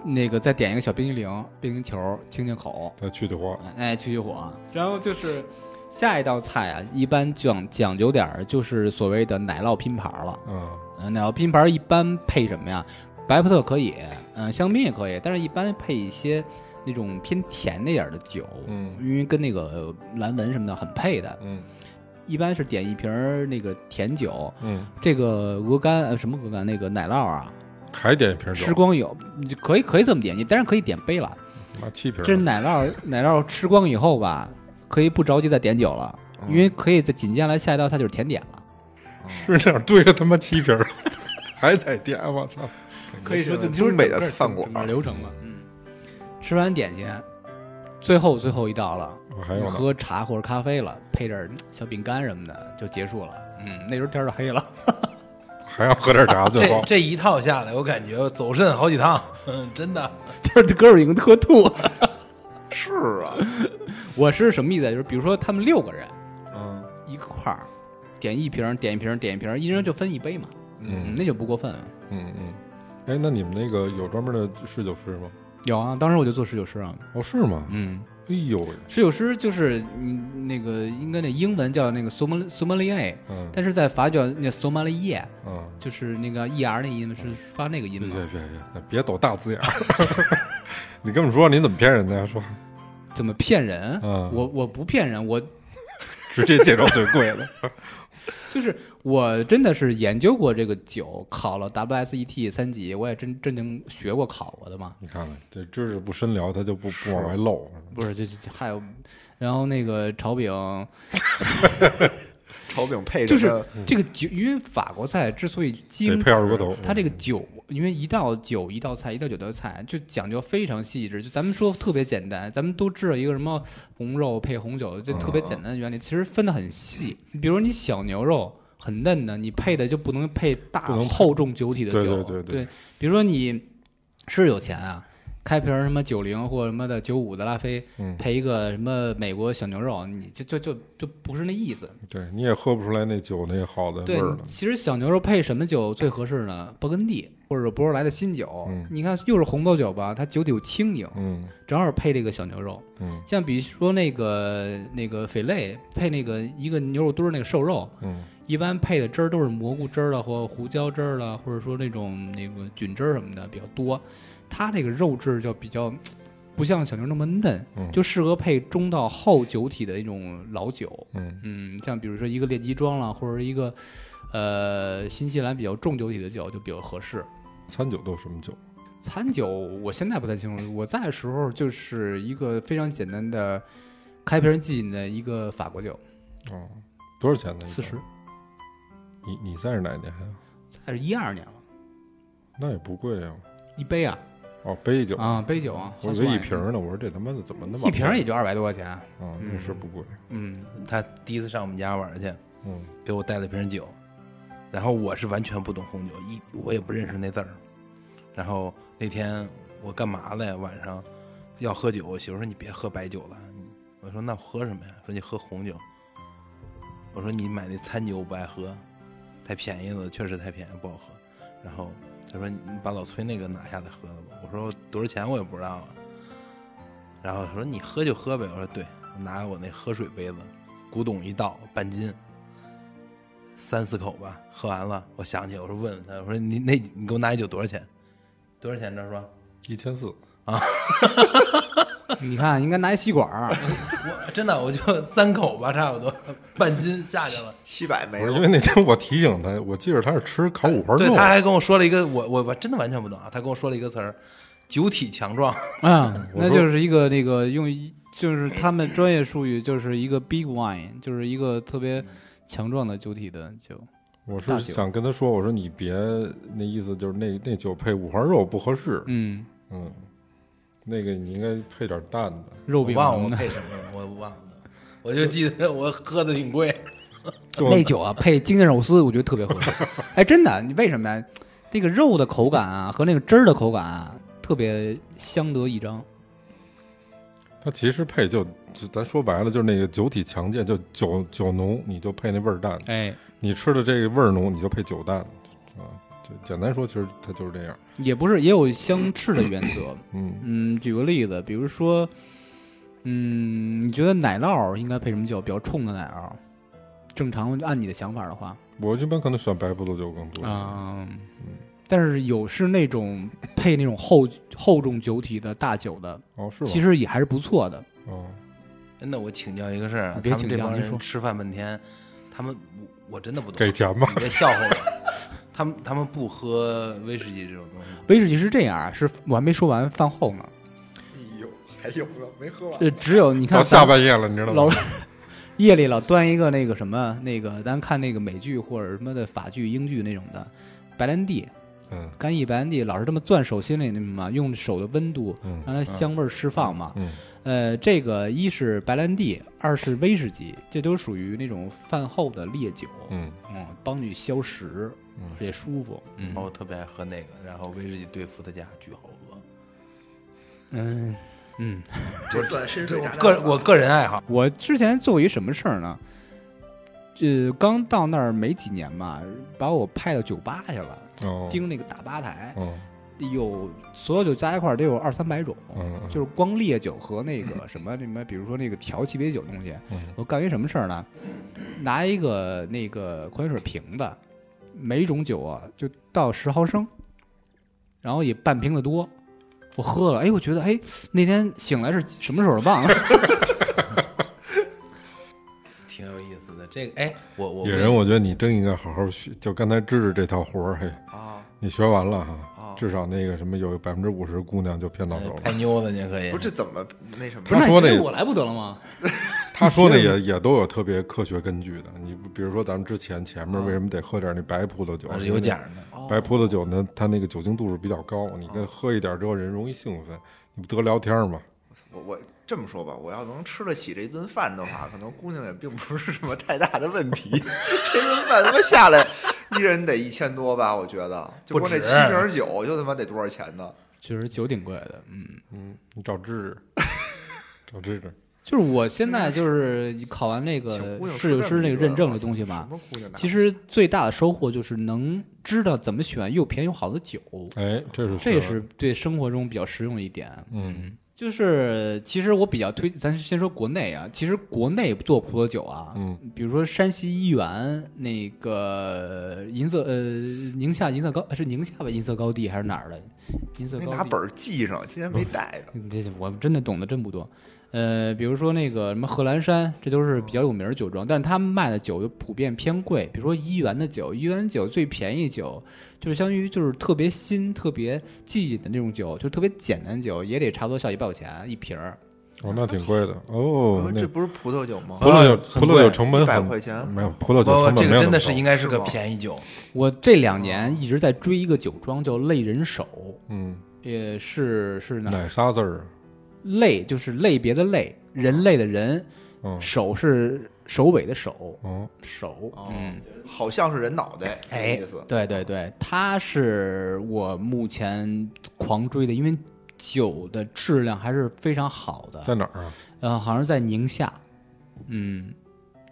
F: 那个再点一个小冰激凌、冰激凌球清清口，
B: 再去的话，
F: 哎，去去火。然后就是下一道菜啊，一般讲讲究点儿，就是所谓的奶酪拼盘儿了。
B: 嗯
F: 嗯、奶酪拼盘儿一般配什么呀？白葡萄可以，嗯、香槟也可以，但是一般配一些那种偏甜那点儿的酒，
B: 嗯
F: 因为跟那个蓝纹什么的很配的。
B: 嗯
F: 一般是点一瓶儿那个甜酒，
B: 嗯，
F: 这个鹅肝呃什么鹅肝那个奶酪啊，
B: 还点一瓶酒
F: 吃，光有你可以可以这么点，你当然可以点杯了。
B: 妈七瓶了，
F: 这奶酪奶酪吃光以后吧，可以不着急再点酒了，因为可以在紧接下来下一道菜就是甜点了。
B: 是这样对着他妈漆皮儿，还在颠，我操！
F: 可以说这就是
E: 东北的
F: 整个
E: 饭馆
F: 整个流程嘛。嗯，吃完点心，最后最后一道了，
B: 我还有呢
F: 喝茶或者咖啡了，配点小饼干什么的就结束了。嗯，那时候天儿就黑了。
B: 还要喝点茶，最
D: 这
B: 后
D: 这一套下来，我感觉走肾好几趟， 嗯真的。
F: 就是哥们儿已经喝吐了。
E: 是啊，
F: 我是什么意思啊？就是比如说他们六个人
B: 嗯
F: 一块儿点一瓶，点一瓶，点一瓶，一人就分一杯嘛，嗯，
B: 嗯
F: 那就不过分了。
B: 嗯嗯。哎，那你们那个有专门的侍酒师吗？
F: 有啊，当时我就做侍酒师啊，
B: 哦，是吗？
F: 嗯，
B: 哎呦喂，
F: 侍酒师就是你那个应该那英文叫那个 som sommelier，
B: 嗯
F: 但是在法语叫那 sommelier，
B: 嗯，
F: 就是那个 er 那音是发那个音
B: 别别
F: 嘛？
B: 别别，别抖大字眼儿。 你跟我们说你怎么骗人的呀？说
F: 怎么骗人？
B: 嗯
F: 我我不骗人，我
B: 直接介绍最贵的，
F: 就是我真的是研究过这个酒，考了 WSET 三级，我也真正经学过考过的嘛。
B: 你看看这知识不深聊，他就不不往外露。
F: 不是，就就还有，然后那个炒饼，
E: 炒饼配
F: 就是
E: 着
F: 这个酒，因为法国菜之所以精
B: 得嗯配二锅头嗯
F: 它这个酒，因为一道酒一道菜一道酒的菜就讲究非常细致。就咱们说特别简单，咱们都知道一个什么红肉配红酒，就特别
B: 嗯
F: 简单的原理，其实分的很细。比如你小牛肉。很嫩的，你配的就不能配大
B: 不能配
F: 厚重酒体的
B: 对
F: 酒，
B: 对对对
F: 比如说你是有钱啊，开瓶儿什么九零或者什么的九五的拉菲，
B: 嗯
F: 配一个什么美国小牛肉，你就就就就不是那意思。
B: 对，你也喝不出来那酒那好的味
F: 对
B: 儿了，。
F: 其实小牛肉配什么酒最合适呢？勃艮第或者博尔莱的新酒。
B: 嗯
F: 你看，又是红豆酒吧，它酒体又轻盈，
B: 嗯
F: 正好配这个小牛肉。
B: 嗯
F: 像比如说那个那个斐类配那个一个牛肉墩儿那个瘦肉，
B: 嗯
F: 一般配的汁儿都是蘑菇汁儿了，啊或胡椒汁儿啊了，或者说那种那个菌汁儿什么的比较多。它这个肉质就比较不像小牛那么嫩，
B: 嗯
F: 就适合配中到后酒体的一种老酒。
B: 嗯
F: 嗯，像比如说一个列基庄了，或者一个呃新西兰比较重酒体的酒就比较合适。
B: 餐酒都有什么酒？
F: 餐酒我现在不太清楚，我在的时候就是一个非常简单的开瓶即饮的一个法国酒，
B: 哦，多少钱呢？
F: 四十，。
B: 你你在是哪年呀？
F: 在是一二年了，
B: 那也不贵呀。
F: 一杯啊
B: 哦，杯酒，
F: 啊杯酒啊，
B: 我以为一瓶呢。我说这他妈的怎么那么
F: 一瓶儿也就二百多 块钱。
B: 啊？那是不贵。
F: 嗯，
D: 他第一次上我们家玩儿去，
B: 嗯，
D: 给我带了瓶酒，然后我是完全不懂红酒，一我也不认识那字儿。然后那天我干嘛来？晚上要喝酒，我媳妇说你别喝白酒了。你我说那我喝什么呀？说你喝红酒。我说你买那餐酒我不爱喝，太便宜了，确实太便宜，不好喝。然后她说你把老崔那个拿下来喝了吧。我说多少钱我也不知道啊。然后说你喝就喝呗。我说对，我拿我那喝水杯子，古董一倒半斤，三四口吧，喝完了，我想起我说问问他，我说你那你给我拿一酒多少钱？多少钱这是吧？
B: 一千四。
F: 你看应该拿一吸 管儿，啊
D: 我真的我就三口吧，差不多半斤下去了。
E: 七百哎没
B: 不是
E: 了
B: 因为那天我提醒他，我记着他是吃烤五花
D: 对，
B: 肉，
D: 他还跟我说了一个，我我我真的完全不懂啊，他跟我说了一个词儿，酒体强壮。
F: 啊，
B: 嗯我
F: 那
B: 说
F: 就是一个那个用一，就是他们专业术语，就是一个 big wine，就是一个特
B: 嗯
F: 别强壮的酒体的酒。
B: 我
F: 大
B: 是
F: 酒
B: 想跟他说，我说你别那意思就是那那酒配五花肉不合适，
F: 嗯，
B: 嗯，那个你应该配点蛋的。
F: 肉
D: 我
F: 饼
D: 忘
F: 什
D: 了我
F: 么的
D: 配什么了，我忘了，我就记得我喝的挺贵。
B: 就
F: 那酒啊，配京酱肉丝，我觉得特别合 适。哎，真的，你为什么呀？那个肉的口感啊，和那个汁儿的口感啊，特别相得益彰。
B: 它其实配就就咱说白了就是那个酒体强健，就酒酒浓，你就配那味儿淡，
F: 哎，
B: 你吃的这个味儿浓，你就配酒淡，啊，就简单说，其实它就是这样。
F: 也不是，也有相斥的原则。
B: 嗯，
F: 嗯，举个例子，比如说，嗯，你觉得奶酪应该配什么酒？比较冲的奶酪，正常按你的想法的话，
B: 我一般可能选白葡萄酒更多。
F: 嗯，但是有是那种配那种厚厚重酒体的大酒的，
B: 哦，是吗？
F: 其实也还是不错的。
B: 哦，
D: 真的，我请教一个事儿啊
F: 你，别
D: 他们这
F: 请教
D: 帮
F: 您说
D: 人吃饭半天，他们我我真的不懂，
B: 给钱吧
D: 你别笑话我。 他们他们不喝威士忌这种东西吗，
F: 威士忌是这样啊，是我还没说完饭后呢，
E: 哎呦，还有呢，没喝完。
F: 呃，只有你
B: 到
F: 看
B: 下
F: 咱
B: 半夜了，你知道
F: 老
B: 吗？
F: 夜里老端一个那个什么那个，咱看那个美剧或者什么的法剧、英剧那种的，白兰地、
B: 嗯
F: 干邑白兰地，老是这么攥手心里那嘛，用手的温度
B: 嗯
F: 让它香味儿释放嘛。
B: 嗯
F: 呃，这个一是白兰地，二是威士忌，这都属于那种饭后的烈酒，
B: 嗯
F: 嗯，帮你消食，
B: 嗯，
F: 也舒服。
D: 然后我特别爱喝那个，然后威士忌兑伏特加巨好喝。
F: 嗯 嗯，
E: 这算深水炸弹吧。
D: 个我个人爱好，
F: 我之前做过一什么事儿呢？呃，刚到那儿没几年吧，把我派到酒吧去了，
B: 哦，
F: 盯那个大吧台，
B: 嗯
F: 有所有酒加一块儿得有二三百种，
B: 嗯嗯
F: 就是光烈酒和 那个什么什么，比如说那个调鸡尾酒东西。
B: 嗯
F: 我干一什么事儿呢？拿一个那个矿泉水瓶子，每种酒啊就倒十毫升，然后也半瓶子多。我喝了，哎，我觉得，哎，那天醒来是什么时候忘了？
D: 挺有意思的。这个哎，我我
B: 野人，我觉得你真应该好好学，就刚才芝芝这套活儿，嘿，
E: 啊，
B: 你学完了哈
E: 哦，
B: 至少那个什么有百分之五十姑娘就骗 到手
D: 拍
B: 了。
D: 妞子哎您可以
E: 不是这怎么那什么？
B: 他说
F: 那
B: 那
F: 你跟我来不得了吗？
B: 他说的也也都有特别科学根据的。你比如说咱们之前前面为什么得喝点那白葡萄酒
D: 我？是啊有奖的。
B: 白葡萄酒呢，它那个酒精度数比较高，你跟喝一点之后人容易兴奋，你不得聊天吗？
E: 我我这么说吧，我要能吃得起这顿饭的话，可能姑娘也并不是什么太大的问题。 这顿饭他妈下来，一人得一千多吧，我觉得。就
D: 不
E: 光这
D: 止
E: 七瓶酒，就他妈得多少钱呢？
F: 确实酒挺贵的，嗯，
B: 嗯，你找芝芝，找芝芝，
F: 就是我现在就是考完那
E: 请
F: 个
E: 哎姑娘
F: 侍酒师那个认证的东西
E: 嘛
F: 嘛，，
E: 啊什么姑娘拿
F: 其实最大的收获就是能知道怎么选又便宜又好的酒，
B: 哎，这是
F: 这也
B: 也
F: 是啊对生活中比较实用的一点。
B: 嗯
F: 就是其实我比较推，咱先说国内啊，其实国内做葡萄酒啊，
B: 嗯，
F: 比如说山西一元那个银色呃宁夏银色高是宁夏吧银色高地还是哪儿的银色
E: 没
F: 高嗯地？
E: 拿本儿记上，今天没带着。
F: 这我真的懂得真不多。呃，比如说那个什么贺兰山，这都是比较有名的酒庄，但他们卖的酒就普遍偏贵。比如说一元的酒，一元酒最便宜酒，就是相当于就是特别新、特别记忆的那种酒，就特别简单的酒，也得差不多小一百块钱一瓶儿。
B: 哦，那挺贵的哦
E: 啊。
B: 那
E: 这不是葡萄酒吗
B: 葡？萄酒
D: 啊
B: 葡萄
D: 很
B: 酒
D: 贵
B: 成本
E: 100
B: 很
E: 块钱
B: 没有葡萄
D: 不
B: 酒
D: 不，
B: 成本
D: 这
B: 没有
D: 个
B: 那
D: 真
B: 么
D: 的
B: 高
D: 是应该是个
E: 是吗
D: 便宜酒，
F: 我这两年一直在追一个酒庄，叫类人手，
B: 嗯，
F: 也是是哪儿？
B: 哪仨字儿啊？
F: 类就是类别的类，人类的人，
B: 嗯
F: 手是首尾的手，
B: 哦，
F: 手，嗯。
E: 好像是人脑袋，
F: 哎
E: 这意思。，
F: 对对对，它是我目前狂追的，因为酒的质量还是非常好
B: 在
F: 的。
B: 哪儿啊？
F: 呃，好像是在宁夏，嗯，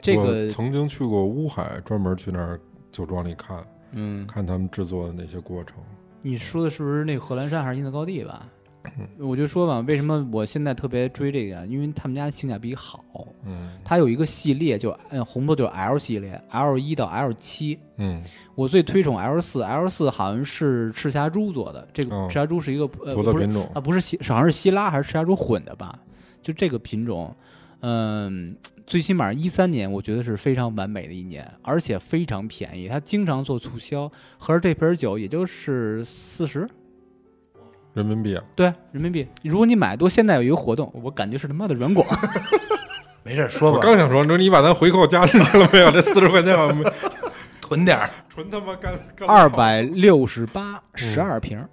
F: 这
B: 我
F: 个
B: 曾经去过乌海，专门去那儿酒庄里看
F: 嗯，
B: 看他们制作的那些过程。
F: 你说的是不是那个贺兰山还是银色高地吧？我就说吧，为什么我现在特别追这个？因为他们家性价比好，
B: 嗯
F: 它有一个系列，就嗯红葡萄酒 L 系列，L 一到 L 七，
B: 嗯，
F: 我最推崇 L 四，L 四好像是赤霞珠做的，这个
B: 哦
F: 赤霞珠是一个、呃
B: 葡
F: 不
B: 萄
F: 是
B: 品种
F: 啊，不是希，好像是希拉还是赤霞珠混的吧？就这个品种，嗯，最起码一三年，我觉得是非常完美的一年，而且非常便宜。它经常做促销，合着这瓶酒也就是四十，
B: 人民币啊，
F: 对，人民币。如果你买多，现在有一个活动，我感觉是他妈的软广，
D: 没事儿说
B: 我
D: 吧，
B: 刚想说，你说你把咱回扣加进去了没 有？这四十块钱好像没，
D: 囤点儿。
B: 纯他妈干干
F: 二百六十八，十二瓶。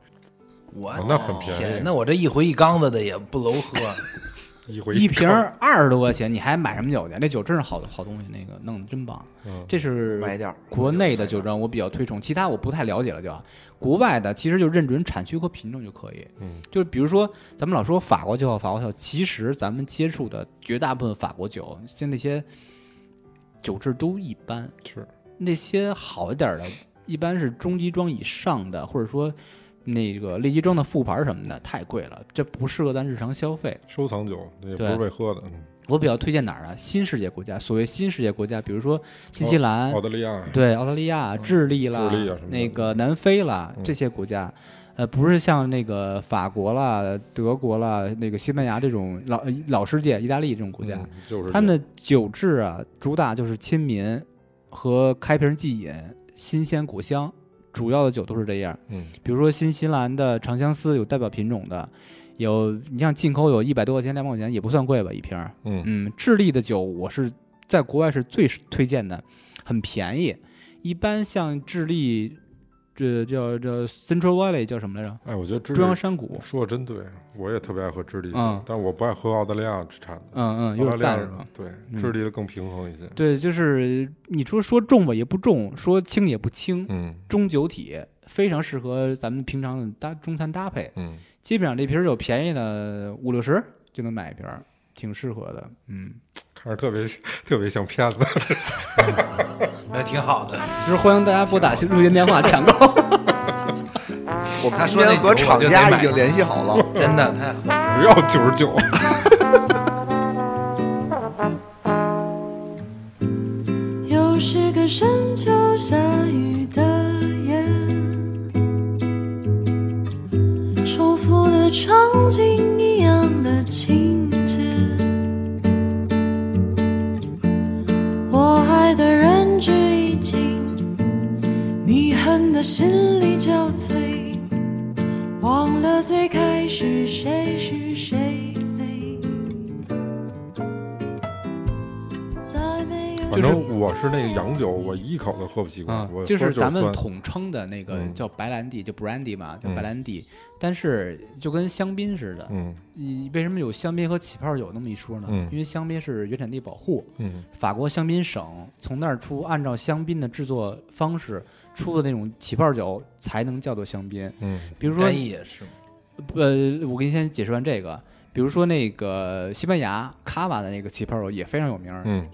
D: 我
B: 哦那很便宜
D: 天那我这一回一缸子的也不楼喝，
B: 一回
F: 一瓶二十多块钱，你还买什么酒去？那酒真是好好东西，那个弄得真棒。
B: 嗯
F: 这是
E: 买点儿
F: 国内的酒庄，我比较推崇，其他我不太了解了就。啊，国外的其实就认准产区和品种就可以。
B: 嗯，
F: 就是比如说咱们老说法国酒好，法国酒好，其实咱们接触的绝大部分法国酒，像那些酒质都一般，
B: 是
F: 那些好一点的，一般是中级装以上的，或者说那个列级装的副牌什么的，太贵了，这不适合咱日常消费。
B: 收藏酒，这也不
F: 对
B: 是为喝的。嗯
F: 我比较推荐哪儿啊？新世界国家，所谓新世界国家，比如说新西兰、
B: 澳大利亚，
F: 对澳大利亚、智利啦、
B: 嗯智利啊什么的
F: 那个南非啦
B: 嗯
F: 这些国家，呃，不是像那个法国啦、德国啦、那个西班牙这种老老世界、意大利这种国家，
B: 嗯就是
F: 他们的酒质啊，主打就是亲民和开瓶即饮、新鲜果香，主要的酒都是这样。
B: 嗯
F: 比如说新西兰的长相思有代表品种的，有你像进口有一百多块钱、两百块钱也不算贵吧一瓶儿。
B: 嗯
F: 嗯，智利的酒我是在国外是最推荐的，很便宜。一般像智利，这叫叫 Central Valley 叫什么来着？
B: 哎，我觉得智利
F: 中央山谷。
B: 说的真对，我也特别爱喝智利酒，
F: 嗯
B: 但我不爱喝澳大利亚产的。
F: 嗯嗯，有
B: 澳大
F: 点
B: 利亚
F: 淡是吧？
B: 对
F: 嗯
B: 智利的更平衡一些。
F: 对，就是你说说重吧也不重，说轻也不轻，
B: 嗯
F: 中酒体非常适合咱们平常的搭中餐搭配。
B: 嗯，
F: 基本上这瓶酒便宜的五六十就能买一瓶儿，挺适合的。嗯，
B: 看着特别特别像 骗子。
D: 那挺好的。
F: 就是欢迎大家拨打入金电话抢购。
E: 我们
D: 他
E: 今
D: 说那
E: 天和
D: 酒
E: 厂
D: 我就得
E: 家
D: 买
E: 已经联系好了。
D: 真的太好了。
B: 只要九十九。
G: 又是个深秋下雨的夜，重复的场景一样的情节。我爱的人只已经，你恨的心力交瘁，忘了最开始谁是谁非。再没有
B: 反正我是那个洋酒，我一口都喝不习惯
F: 啊。
B: 嗯我，
F: 就是
B: 喝
F: 咱们
B: 酸
F: 统称的那个
B: 嗯
F: 叫白兰地，就 brandy 嘛，叫
B: 嗯
F: 白兰地。但是就跟香槟似的，
B: 嗯
F: 你为什么有香槟和起泡酒那么一说呢？
B: 嗯
F: 因为香槟是原产地保护，
B: 嗯
F: 法国香槟省从那儿出，按照香槟的制作方式出的那种起泡酒才能叫做香槟。
B: 嗯
F: 比如说
D: 詹，毅也是，
F: 呃，我给你先解释完这个。比如说那个西班牙卡瓦的那个起泡酒也非常有名儿，
B: 嗯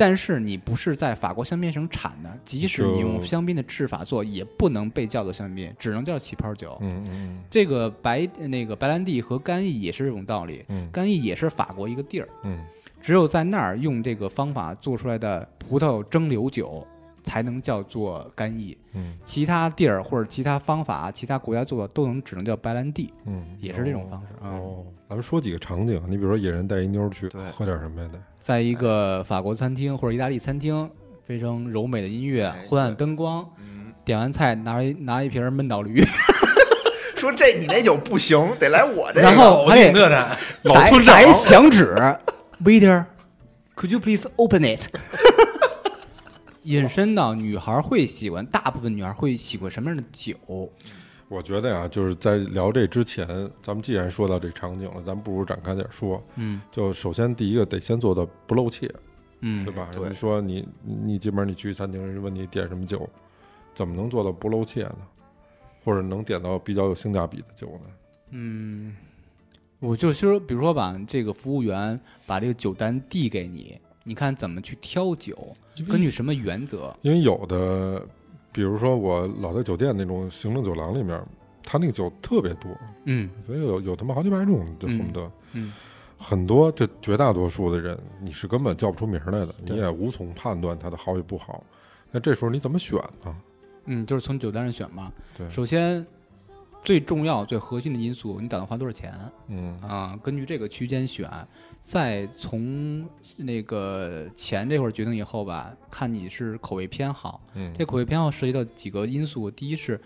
F: 但是你不是在法国香槟省产的，即使你用
B: 就
F: 香槟的制法做，也不能被叫做香槟，只能叫起泡酒。
B: 嗯嗯
F: 这个白那个白兰地和干邑也是这种道理，
B: 嗯
F: 干邑也是法国一个地儿，
B: 嗯
F: 只有在那儿用这个方法做出来的葡萄蒸馏酒才能叫做干邑，
B: 嗯
F: 其他地儿或者其他方法、其他国家做的都能只能叫白兰地，
B: 嗯，
F: 也是这种方式啊。
B: 哦，咱们说几个场景，你比如说野人带一妞儿去
E: 对
B: 喝点什么呀？得
F: 在一个法国餐厅或者意大利餐厅，非常柔美的音乐、
E: 哎
F: 昏暗灯光，
E: 嗯，
F: 点完菜拿一拿一瓶闷倒驴，
E: 说这你那酒不行，得来哎我这
F: 然
E: 个。
F: 后
B: 哦
D: 我
F: 还
B: 哎
D: 挺
F: 得
D: 乐的。
F: 打一打一响指，waiter，could you please open it？引申到女孩会喜欢，大部分女孩会喜欢什么样的酒？
B: 我觉得呀、就是在聊这之前，咱们既然说到这场景了，咱们不如展开点说。
F: 嗯
B: 就首先第一个得先做到不露怯，
F: 嗯
B: 对，吧？
E: 对
B: 你说你你基本上你去餐厅，人家问你点什么酒，怎么能做到不露怯呢？或者能点到比较有性价比的酒呢？
F: 嗯，我就说，比如说吧，这个服务员把这个酒单递给你，你看怎么去挑酒，根据什么原则？
B: 因为有的，比如说我老在酒店那种行政酒廊里面，他那个酒特别多，
F: 嗯
B: 所以有有他妈好几百种，就恨不得、
F: 嗯
B: 很多，这绝大多数的人你是根本叫不出名儿来的，你
F: 对
B: 也无从判断它的好与不好。那这时候你怎么选呢？
F: 嗯，就是从酒单上选嘛。
B: 对，
F: 首先，最重要、最核心的因素，你打算花多少钱
B: 嗯
F: 啊？根据这个区间选，再从那个钱这块儿决定以后吧，看你是口味偏好，
B: 嗯
F: 这口味偏好涉及到几个因素，第一是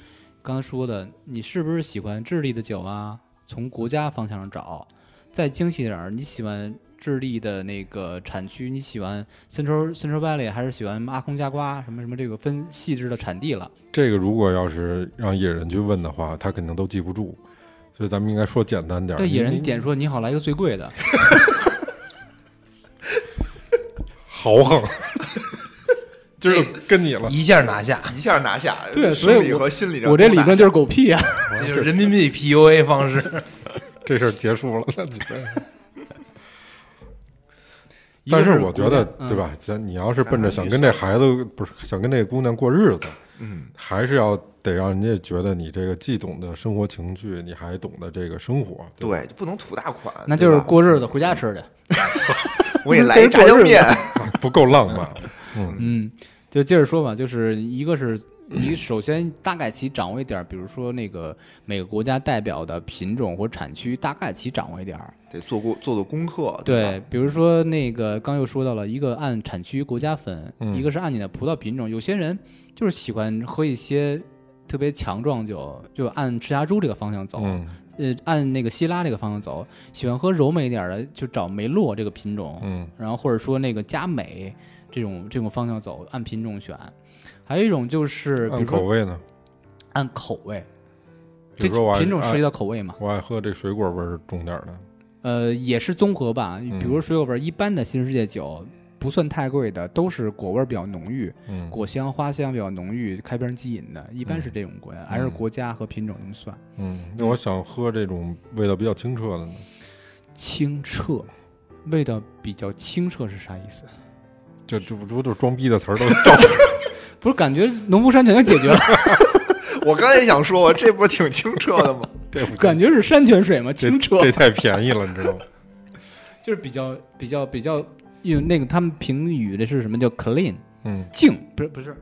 F: 刚才说的，你是不是喜欢智利的酒啊？从国家方向上找，再精细点儿，你喜欢智利的那个产区，你喜欢 Central Central Valley 还是喜欢阿空加瓜什么什么这个分细致的产地了？
E: 啊
B: 这个如果要是让野人去问的话，他肯定都记不住，所以咱们应该说简单点儿。
F: 对，野
B: 你
F: 人
B: 你
F: 点说你好来一个最贵的，
B: 豪横， 今儿就跟你了。
D: 一下拿下，
E: 一下拿下，
F: 对所以
E: 生理
F: 我
E: 和心理上
F: 我这
E: 都
F: 理
E: 拿
F: 论就是狗屁啊！
D: 这就是人民币 PUA 方式。
B: 这事儿结束了， 那几位。
F: 一
B: 但
F: 个
B: 是我觉得，
F: 嗯
B: 对吧？咱你要是奔着想跟这孩子不是想跟这姑娘过日子，
E: 嗯，
B: 还是要得让人家觉得你这个既懂得生活情趣，你还懂得这个生活。 吧，
E: 对，就不能土大款，
F: 那
E: 啊对
F: 就是
E: 吧
F: 过日子，回家吃去。
E: 我给 你来一炸酱面，
B: 不够浪漫。
F: 嗯，就接着说吧，就是一个是你首先大概其掌握一点儿，比如说那个每个国家代表的品种或产区，大概其掌握一点儿。
E: 得做过做做功课，
F: 对
E: 吧，
F: 比如说那个刚又说到了，一个按产区国家分，
B: 嗯
F: 一个是按你的葡萄品种。有些人就是喜欢喝一些特别强壮酒，就按赤霞珠这个方向走。
B: 嗯
F: 呃，按那个希拉这个方向走，喜欢喝柔美一点的，就找梅洛这个品种，
B: 嗯
F: 然后或者说那个佳美这种这种方向走，按品种选。还有一种就是，比
B: 按
F: 如
B: 口
F: 说
B: 味呢？
F: 按口味，
B: 比如说我爱
F: 这品种涉及
B: 爱
F: 到口味嘛？
B: 我爱喝这水果味儿重点儿的，
F: 呃，也是综合吧。
B: 嗯
F: 比如水果味儿，一般的新世界酒不算太贵的，都是果味儿比较浓郁，
B: 嗯，
F: 果香、花香比较浓郁，开瓶即饮的，一般是这种国家，还是国家和品种这么算。
B: 嗯，那我想喝这种味道比较清澈的呢，
F: 清澈，味道比较清澈是啥意思？
B: 这这不这不就是装逼的词儿都 照
F: 不是感觉农夫山泉就解决 了，
E: 我刚才也想说，我这不挺清澈的 吗？
B: 这不
F: 感觉是山泉水吗？
B: 这
F: 清澈
B: 这太便宜了，你知道吗？
F: 就是比较比较比较，因为那个他们评语的是什么叫 clean
B: 嗯
F: 净，不是不是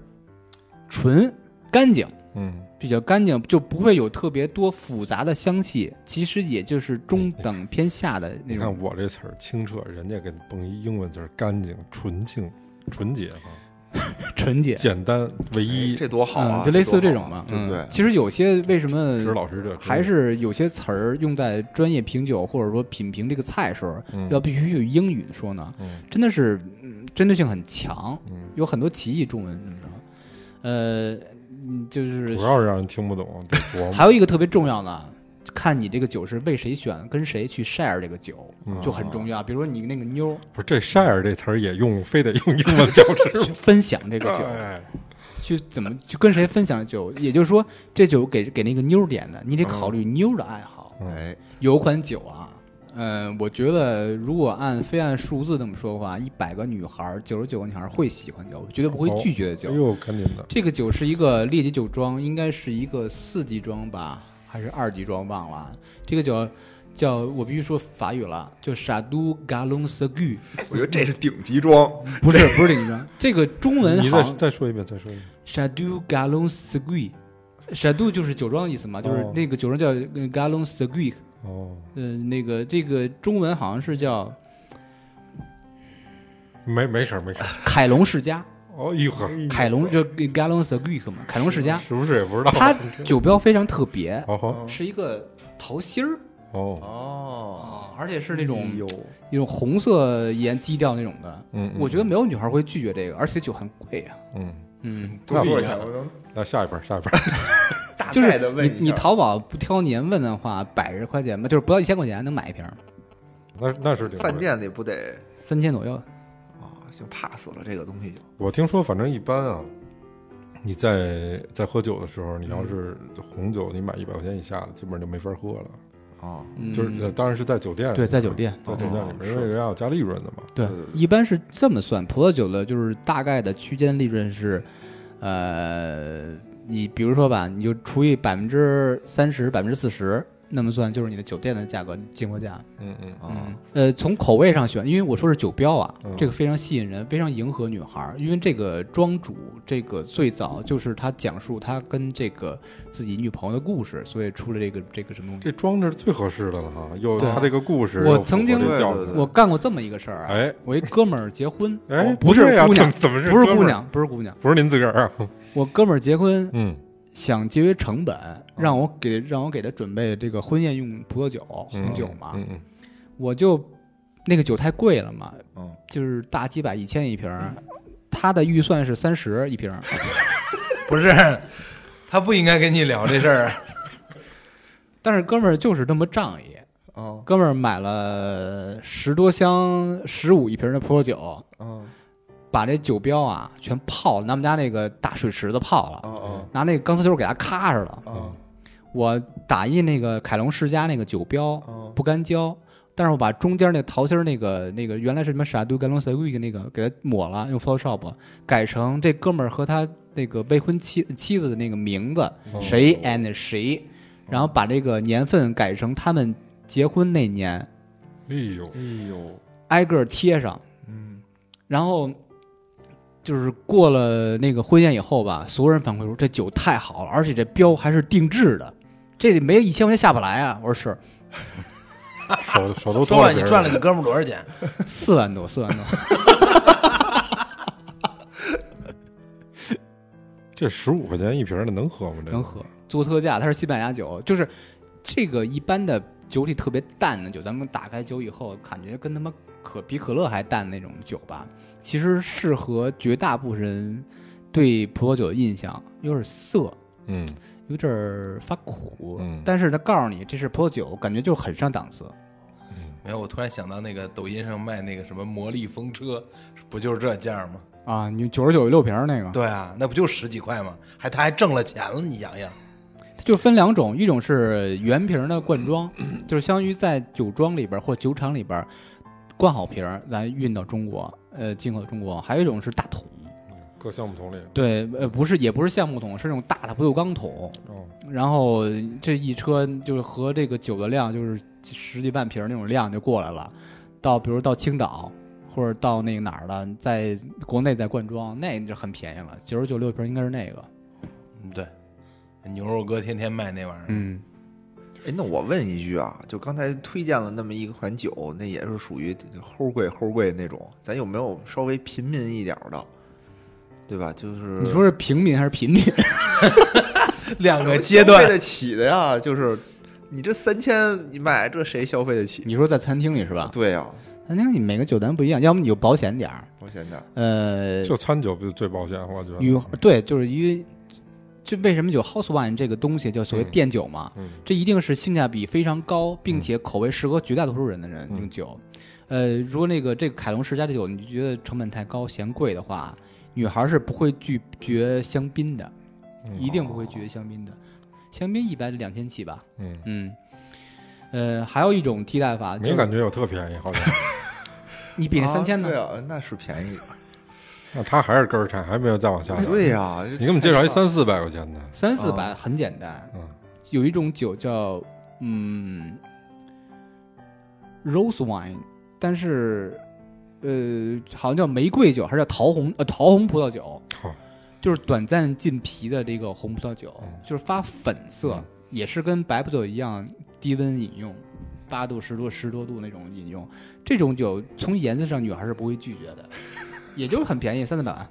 F: 纯干净。
B: 嗯，
F: 比较干净，就不会有特别多复杂的香气，其实也就是中等偏下的
B: 你
F: 那种
B: 看。我这词儿清澈，人家给蹦一英文词儿干净、纯净、纯洁啊，
F: 纯洁，
B: 简单、唯一。
E: 这多好啊！
F: 嗯，就类似
E: 这
F: 这
E: 多好
F: 种
E: 啊
F: 嘛，
E: 对不对
F: 嗯？其实有些为什
B: 石
F: 么
B: 老师这
F: 嗯还是有些词儿用在专业品酒或者说品评这个菜时候，
B: 嗯
F: 要必须有英语说呢，
B: 嗯
F: 真的是嗯针对性很强，
B: 嗯，
F: 有很多歧义中文怎么着？呃，嗯就是
B: 主要是让人听不懂，得琢
F: 还
B: 磨。
F: 有一个特别重要的，看你这个酒是为谁选，跟谁去 share 这个酒
B: 嗯
F: 就很重要。比如说你那个妞儿
B: 不是这 share 这词儿也用，非得用英文表示
F: 去分享这个酒，
B: 哎，
F: 去怎么去跟谁分享酒，也就是说这酒给给那个妞儿点的，你得考
B: 嗯
F: 虑妞儿的爱好。
E: 哎，
F: 有款酒啊，呃，我觉得如果按非按数字这么说的话，一百个女孩儿，九十九个女孩儿会喜欢酒，绝对不会拒绝的酒。
B: 哎呦，赶紧的，
F: 这个酒是一个列级酒庄，应该是一个四级庄吧，还是二级庄忘了啊。这个酒叫我必须说法语了，啊叫 s h a d o g a l o n s e g u
E: 我觉得这是顶级装，
F: 不是不是顶级庄， 这个中文
B: 你
F: 好
B: 再
F: 像
B: 再说一遍，再说一遍。
F: s h a d o g a l o n s e g u s h a d o 就是酒庄的意思嘛，就是
B: 哦
F: 那个酒庄叫 g a l o n s e g u
B: 哦，
F: 呃，那个这个中文好像是叫
B: 没没事儿没事儿。
F: 凯龙世家，
B: 哦，一会儿
E: 嗯
F: 凯龙就 g a l o n s e g u 嘛，凯龙世家，
B: 是不是也不知道？
F: 它酒标非常特别，
E: 哦
B: 好好
F: 是一个桃心儿。
B: 哦，
F: 啊，而且是那种一种红色盐基调那种的，
B: 嗯，嗯
F: 我觉得没有女孩会拒绝这个，而且酒很贵啊。
B: 嗯，
F: 嗯，
E: 多
B: 那
E: 少
B: 我
E: 钱？我能
B: 那下一盘儿下一盘儿，
E: 大
F: 就
E: 概
F: 是
E: 的问
F: 你
E: 一下。
F: 你淘宝不挑年份的话，百十块钱吧，就是不到一千块钱能买一瓶，
B: 那那是挺贵
E: 饭。店里不得
F: 三千左右。
E: 啊？行，pass 了这个东西就
B: 我听说，反正一般啊，你在在喝酒的时候，你要是红酒，你买一百块钱以下的，基本上就没法喝了。
E: 啊，
F: 嗯
B: 就是呃当然是在酒店，
F: 对在酒店
B: 在酒店里
E: 哦
B: 面，因为人家有加利润的嘛。
F: 对
E: 对对，对
F: 一般是这么算，葡萄酒的就是大概的区间利润是，呃，你比如说吧，你就除以百分之三十、百分之四十，那么算就是你的酒店的价格进货价。
B: 嗯嗯
E: 啊，
F: 呃，从口味上选，因为我说是酒标啊，
B: 嗯
F: 这个非常吸引人，非常迎合女孩儿。因为这个庄主，这个最早就是他讲述他跟这个自己女朋友的故事，所以出了这个这个什么东西。
B: 这装着是最合适的了哈，又有
F: 对
B: 他这个故事，
F: 我
B: 又符合
F: 曾经
B: 这调
E: 对对
B: 子
E: 对
F: 我干过这么一个事儿啊，
B: 哎
F: 我一哥们儿结婚，
B: 哎
F: 哦，不是
B: 对呀
F: 姑娘，
B: 怎么怎么
F: 不是
B: 哥们儿
F: 姑，娘，不是姑娘，
B: 不是您自个儿啊？
F: 我哥们儿结婚
B: 嗯
F: 想节约成本，让我给让我给他准备这个婚宴用葡萄酒红
B: 嗯
F: 酒嘛，
B: 嗯嗯
F: 我就那个酒太贵了嘛，
E: 嗯，
F: 就是大几百一千一瓶儿，他的预算是三十一瓶儿，
D: 不是，他不应该跟你聊这事儿啊。
F: 但是哥们儿就是这么仗义，
E: 哦，
F: 哥们儿买了十多箱十五一瓶的葡萄酒，
E: 嗯，
F: 把这酒标啊全泡了，咱们家那个大水池子泡
B: 嗯
F: 了，
E: 哦
F: 拿那个钢丝球给它咔着了。
E: 哦
F: 我打印那个凯龙世家那个酒标
E: 哦
F: 不干胶，但是我把中间那桃心儿那个那个原来是什么傻杜甘龙塞贵的那个给它抹了，用 Photoshop 改成这哥们儿和他那个未婚妻妻子的那个名字，
B: 嗯，
F: 谁 and 谁，然后把这个年份改成他们结婚那年，
B: 哎呦，
E: 哎呦，
F: 挨个儿贴上，
E: 嗯，
F: 然后。就是过了那个婚宴以后吧，所有人反馈说这酒太好了，而且这标还是定制的，这没一千块钱下不来啊！我说是，
B: 手手都
D: 说
B: 脱
D: 吧，
B: 了皮
D: 你
B: 儿
D: 赚了你哥们儿多少钱？
F: 四万多，四万多。
B: 这十五块钱一瓶儿的能喝吗？这个
F: 能喝，做特价，它是西班牙酒，就是这个一般的酒体特别淡的酒，咱们打开酒以后，感觉跟他妈可比可乐还淡那种酒吧，其实适合绝大部分人对葡萄酒的印象有点涩，
B: 嗯
F: 有点儿发苦。
B: 嗯
F: 但是他告诉你这是葡萄酒，感觉就很上档次。
D: 没有，我突然想到那个抖音上卖那个什么魔力风车，不就是这价吗？
F: 啊，你九十九六瓶儿那个，
D: 对啊，那不就十几块吗？还他还挣了钱了，你想想，
F: 就分两种，一种是原瓶儿的灌装， 就是相当于在酒庄里边儿或酒厂里边儿灌好瓶儿，咱运到中国，呃，进口中国；还有一种是大桶，
B: 各项目桶里，啊
F: 对，呃，不是也不是橡木桶，是那种大的不锈钢桶。
B: 哦，
F: 然后这一车就是和这个酒的量就是十几万瓶儿那种量就过来了，到比如到青岛或者到那个哪儿了，在国内再灌装，那就很便宜了，九十九六瓶儿应该是那个，
D: 嗯对，牛肉哥天天卖那玩意儿，
F: 嗯。
E: 哎，那我问一句啊，就刚才推荐了那么一款酒，那也是属于齁贵齁贵那种，咱有没有稍微平民一点儿的？对吧？就是
F: 你说是平民还是 贫民？
D: 两个
E: 能
D: 阶
E: 消费
D: 段，
E: 得起的呀，就是你这三千你买这谁消费得起？
F: 你说在餐厅里是吧？
E: 对呀、
F: 餐厅里每个酒单不一样，要么你就保险点儿，
E: 我现在
F: 呃，
B: 就餐酒不是最保险，我觉得。嗯
F: 女对，就是因为这为什么酒 house wine 这个东西叫所谓
B: 嗯
F: 店酒嘛，
B: 嗯
F: 这一定是性价比非常高，并且口味适合绝大多数人的人
B: 嗯
F: 用酒。呃，如果那个这个凯龙世家的酒你觉得成本太高、嫌贵的话，女孩是不会拒绝香槟的，
B: 嗯
F: 一定不会拒绝香槟的。香槟一般两千起吧，
B: 嗯，
F: 嗯。呃，还有一种替代法，就
B: 没
F: 是
B: 感觉有特便宜，好像。
F: 你比那三千
E: 啊
F: 呢？
E: 对啊，那是便宜。
B: 那他还是根儿差，还没有再往下走。
E: 对呀、
B: 你给我们介绍一三四百块钱的，
F: 三四百很简单，
B: 嗯
F: 有一种酒叫嗯，rose wine，但是呃，好像叫玫瑰酒还是叫桃红呃桃红葡萄酒，
B: 好，
F: 就是短暂浸皮的这个红葡萄酒，
B: 嗯
F: 就是发粉色，
B: 嗯
F: 也是跟白葡萄酒一样低温饮用，八度十度十多度那种饮用，这种酒从颜色上女孩是不会拒绝的，也就是很便宜，三四百万，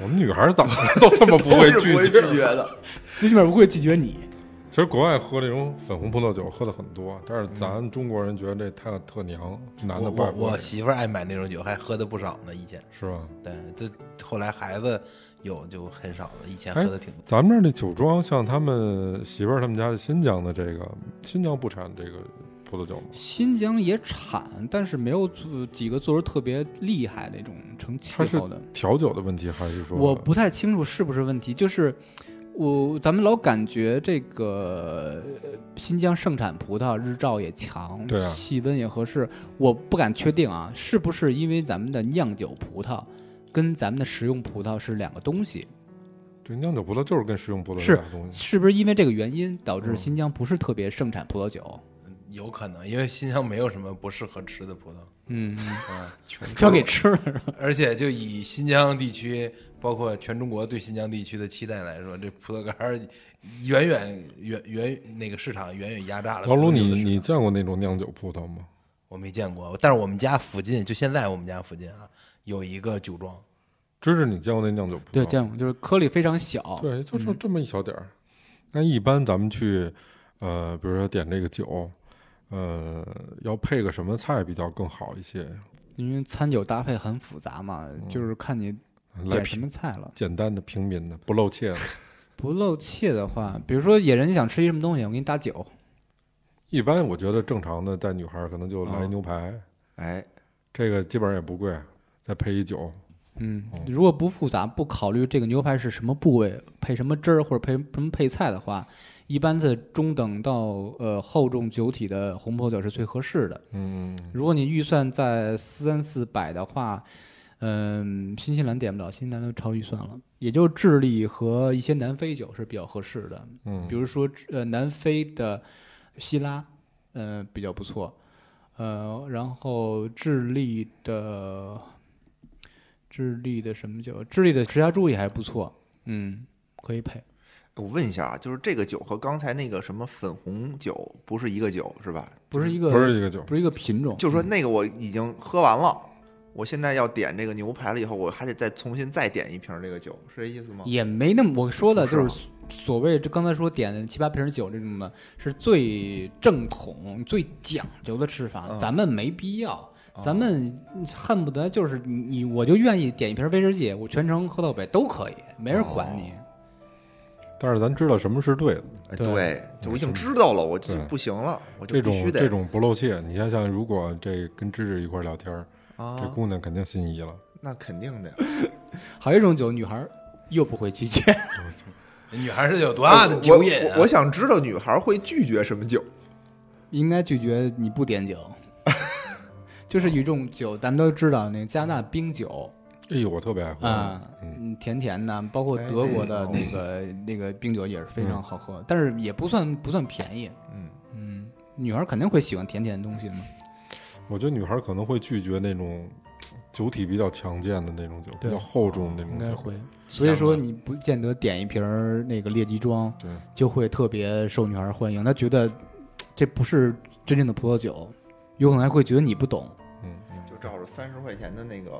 B: 我们女孩儿怎么都这么不会
E: 都是不
B: 拒
E: 会
B: 绝？
E: 拒绝的。
F: 最起码不会拒绝你。
B: 其实国外喝这种粉红葡萄酒喝的很多，但是咱中国人觉得这太特娘，男的
D: 我
B: 啊不爱
D: 我
B: 喝
D: 我，媳妇儿爱买那种酒，还喝的不少呢。以前，
B: 是吧？
D: 对，这后来孩子有就很少了，以前
B: 哎
D: 喝的挺多。
B: 咱们这儿那酒庄，像他们媳妇儿他们家的新疆的这个，新疆不产这个葡萄酒吗？
F: 新疆也产，但是没有做几个做的特别厉害那种成气
B: 它是
F: 候的。
B: 调酒的问题还是说
F: 我不太清楚是不是问题，就是我咱们老感觉这个呃新疆盛产葡萄，日照也强，
B: 对啊
F: 气温也合适。我不敢确定啊，是不是因为咱们的酿酒葡萄跟咱们的食用葡萄是两个东西？
B: 对酿酒葡萄就是跟食用葡萄
F: 是
B: 俩东西，
F: 是不是因为这个原因导致
B: 嗯
F: 新疆不是特别盛产葡萄酒？
D: 有可能，因为新疆没有什么不适合吃的葡萄，
F: 嗯，
D: 嗯，
F: 交
B: 哦
F: 给吃了是吧
D: 而且就以新疆地区，包括全中国对新疆地区的期待来说，这葡萄干儿远远远远那个市场远远压榨了。
B: 老鲁，
D: 葡
B: 你
D: 萄酒的市场
B: 你见过那种酿酒葡萄吗？
D: 我没见过，但是我们家附近，就现在我们家附近啊，有一个酒庄，
B: 芝芝，你见过那酿酒葡萄？
F: 对，见过，就是颗粒非常小，
B: 对，就
E: 嗯
B: 这这么一小点儿。那一般咱们去，呃，比如说点这个酒，呃，要配个什么菜比较更好一些？
F: 因为餐酒搭配很复杂嘛，就是看你
B: 来
F: 点什
B: 平
F: 么菜了。
B: 简单的、平民的、不露怯的。
F: 不露怯的话，比如说野人想吃一什么东西，我给你打酒，
B: 一般我觉得正常的带女孩儿可能就来
E: 啊
B: 牛排，
E: 哎，
B: 这个基本上也不贵，再配一酒。
F: 嗯，如果不复杂，不考虑这个牛排是什么部位，配什么汁儿或者配什么配菜的话，一般的中等到呃厚重酒体的红葡萄酒是最合适的。
B: 嗯，
F: 如果你预算在三四百的话，嗯，新西兰点不了，新西兰都超预算了，也就是智利和一些南非酒是比较合适的。
B: 嗯
F: 比如说呃南非的希拉，呃比较不错，呃然后智利的智利的什么酒？智利的石家珠也还不错，嗯，可以配。
E: 我问一下啊，就是这个酒和刚才那个什么粉红酒不是一个酒是吧？
F: 不是一个
B: 不是一个酒，
F: 不是一个品种，
B: 嗯
E: 就是说那个我已经喝完了，我现在要点这个牛排了，以后我还得再重新再点一瓶这个酒，是这意思吗？
F: 也没那么我说的就是所谓这刚才说点七八瓶酒这种的，是最正统、最讲究的吃法，咱们没必要。咱们恨不得就是你，你我就愿意点一瓶威士忌，我全程喝到北都可以，没人管你。
B: 但是咱知道什么是对的，
E: 哎
F: 对
E: 对，就我已经知道了，我就
B: 对
E: 不行了，我就
B: 这
E: 必须
B: 种
E: 得
B: 这种不露怯。你想想，如果这跟芝芝一块儿聊天儿，这
E: 啊，
B: 姑娘肯定心仪了。
E: 那肯定的呀。
F: 还有一种酒，女孩儿又不会拒绝，
D: 女孩是有多大的酒瘾啊
E: 我我我想知道女孩会拒绝什么酒。
F: 应该拒绝你不点酒。就是有一种酒，咱们都知道，那个加拿大冰酒
B: 哎呦，我特别爱喝。
F: 啊，
B: 嗯，
F: 嗯，甜甜的，包括德国的那个、那个冰酒也是非常好喝，但是也不算不算便宜。
E: 嗯
F: 嗯，女孩肯定会喜欢甜甜的东西嘛。
B: 我觉得女孩可能会拒绝那种嘖酒体比较强健的那种酒，比
F: 对
B: 较厚重的那
F: 应
B: 种
F: 该
B: 酒。
F: 会。所以说，你不见得点一瓶儿那个劣级装，
B: 对，
F: 就会特别受女孩欢迎。她觉得嘖这不是真正的葡萄酒，有可能还会觉得你不懂。
B: 嗯，
E: 就照着三十块钱的 那个，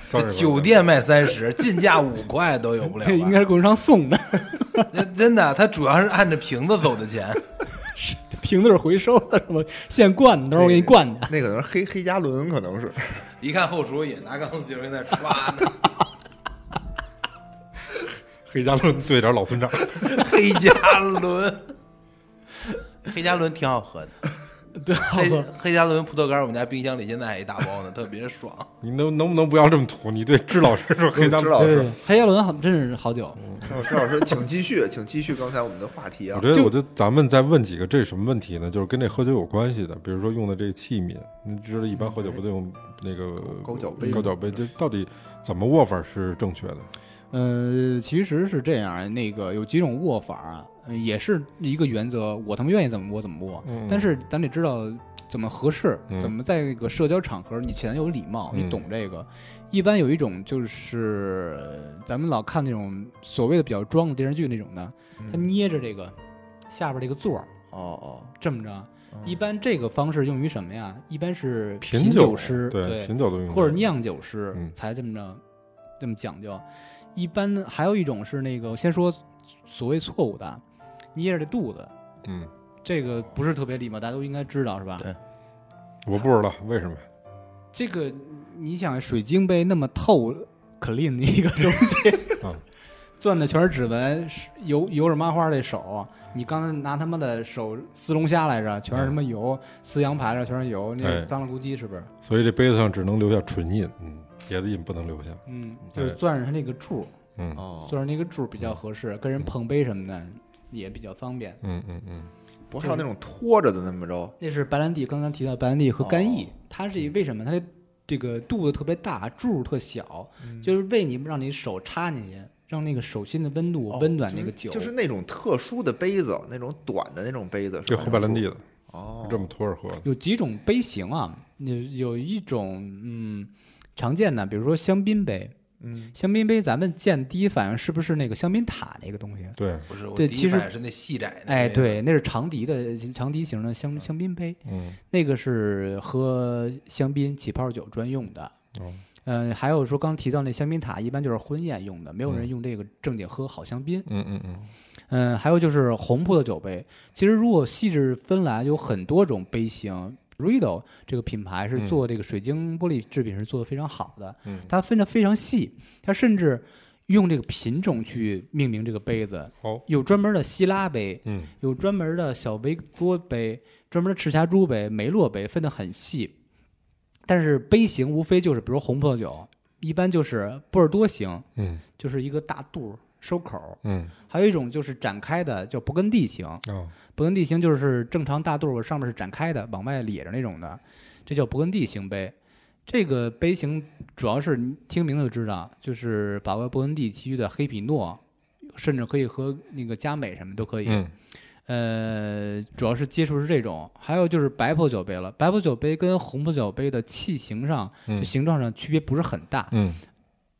B: 三十
D: 酒店卖三十，进价五块都有 不了吧。
F: 应该是供应商送的，
D: 那真的，他主要是按着瓶子走的钱。
F: 瓶子是回收的，是吧？现灌的，到时候我给你 灌去。
E: 那可能是黑黑加仑，可能是
D: 一看后厨也拿钢丝球在那刷呢，
B: 黑加仑兑点老村长，
D: 黑加仑，黑加仑挺好喝的。
F: 对，好
D: 黑
F: 喝。
D: 黑加仑葡萄干，我们家冰箱里现在还一大包呢，特 别爽。
B: 你能能不能不要这么土？你对支老师说黑加
E: 支
B: 仑，
E: 老
F: 对
E: 师，
F: 对，黑加仑好，真是好酒。
B: 嗯
E: 支老师，请继续，请继续刚才我们的话题
B: 我
E: 啊。
B: 觉得，我觉得咱们再问几个，这是什么问题呢？就是跟这喝酒有关系的，比如说用的这个器皿，你知道一般喝酒不都用那个
E: 高脚杯
B: 高脚杯，这到底怎么握法是正确的？
F: 呃，其实是这样，那个有几种握法啊，呃也是一个原则，我他妈愿意怎么握怎么握。
B: 嗯
F: 但是咱得知道怎么合适，
B: 嗯
F: 怎么在这个社交场合你显得有礼貌，
B: 嗯
F: 你懂这个。一般有一种就是呃咱们老看那种所谓的比较装的电视剧那种的，他
B: 嗯
F: 捏着这个下边这个座儿
E: 哦哦，
F: 这么着。啊一般这个方式用于什么呀？一般是
B: 品
F: 酒师
B: 对，品酒都用，
F: 或者酿酒师
B: 嗯
F: 才这么着这么讲究。一般还有一种是那个，先说所谓错误的，啊捏着这肚子，
B: 嗯，
F: 这个不是特别礼貌，大家都应该知道是吧？
D: 对
B: 我不知道为什么，
F: 这个你想，水晶杯那么透 clean 的一个东西
B: 啊，
F: 攥的全是指纹，是油油是麻花这手。你刚才拿他妈的手撕龙虾来着，全是什么油；撕羊排来着，全是油。那
B: 哎
F: 个脏了咕叽是不是？
B: 所以这杯子上只能留下唇印，嗯，别的印不能留下，
F: 嗯，就是
B: 对
F: 攥着它那个柱，
B: 嗯
E: 哦，
F: 就是那个柱比较合适，跟人碰杯什么的也比较方便。
B: 嗯嗯嗯，
E: 不还有那种拖着的那么着？
F: 那是白兰地，刚刚提到白兰地和干
E: 哦
F: 邑，它是一为什么？它这这个肚子特别大，柱特小，
E: 嗯
F: 就是为你让你手插进去，让那个手心的温度温暖那个酒。
E: 哦就是那种特殊的杯子，那种短的那种杯子，
B: 这喝白兰地
E: 的
B: 的，
E: 哦，
B: 这么拖着喝的，
F: 有几种杯型啊，有有一种嗯常见的，比如说香槟杯。
E: 嗯，
F: 香槟杯咱们见第一反应是不是那个香槟塔那个东
E: 哎
F: 西？
B: 对，
D: 不是，我
F: 对
D: 第
F: 其
D: 一
F: 实
D: 反应是那细窄的。
F: 哎，，对，那是长笛的长笛型的香香槟杯。
B: 嗯，
F: 那个是喝香槟起泡酒专用的。
B: 哦
F: 嗯，还有说刚提到那香槟塔，一般就是婚宴用的，没有人用这个正经喝好香槟。
B: 嗯嗯嗯，
F: 嗯，还有就是红葡萄酒杯。其实如果细致分来，有很多种杯型。Rido 这个品牌是
B: 嗯
F: 做这个水晶玻璃制品是做的非常好的，
B: 嗯
F: 它分得非常细，它甚至用这个品种去命名这个杯子，
B: 好，
F: 有专门的希拉杯，
B: 嗯
F: 有专门的小维多杯、专门的赤霞珠杯、梅洛杯，分得很细。但是杯型无非就是，比如红葡萄酒，一般就是波尔多型，
B: 嗯
F: 就是一个大肚儿收口儿；
B: 嗯
F: 还有一种就是展开的，叫勃艮第型。
B: 啊，
F: 勃艮第型就是正常大肚儿上面是展开的，往外咧着那种的，这叫勃艮第型杯。这个杯型主要是你听名字就知道，就是把握勃艮第地区的黑皮诺，甚至可以和那个佳美什么都可以。
B: 嗯
F: 呃，主要是接触是这种，还有就是白葡萄酒杯了。白葡萄酒杯跟红葡萄酒杯的器型上、
B: 嗯
F: 就形状上区别不是很大，
B: 嗯，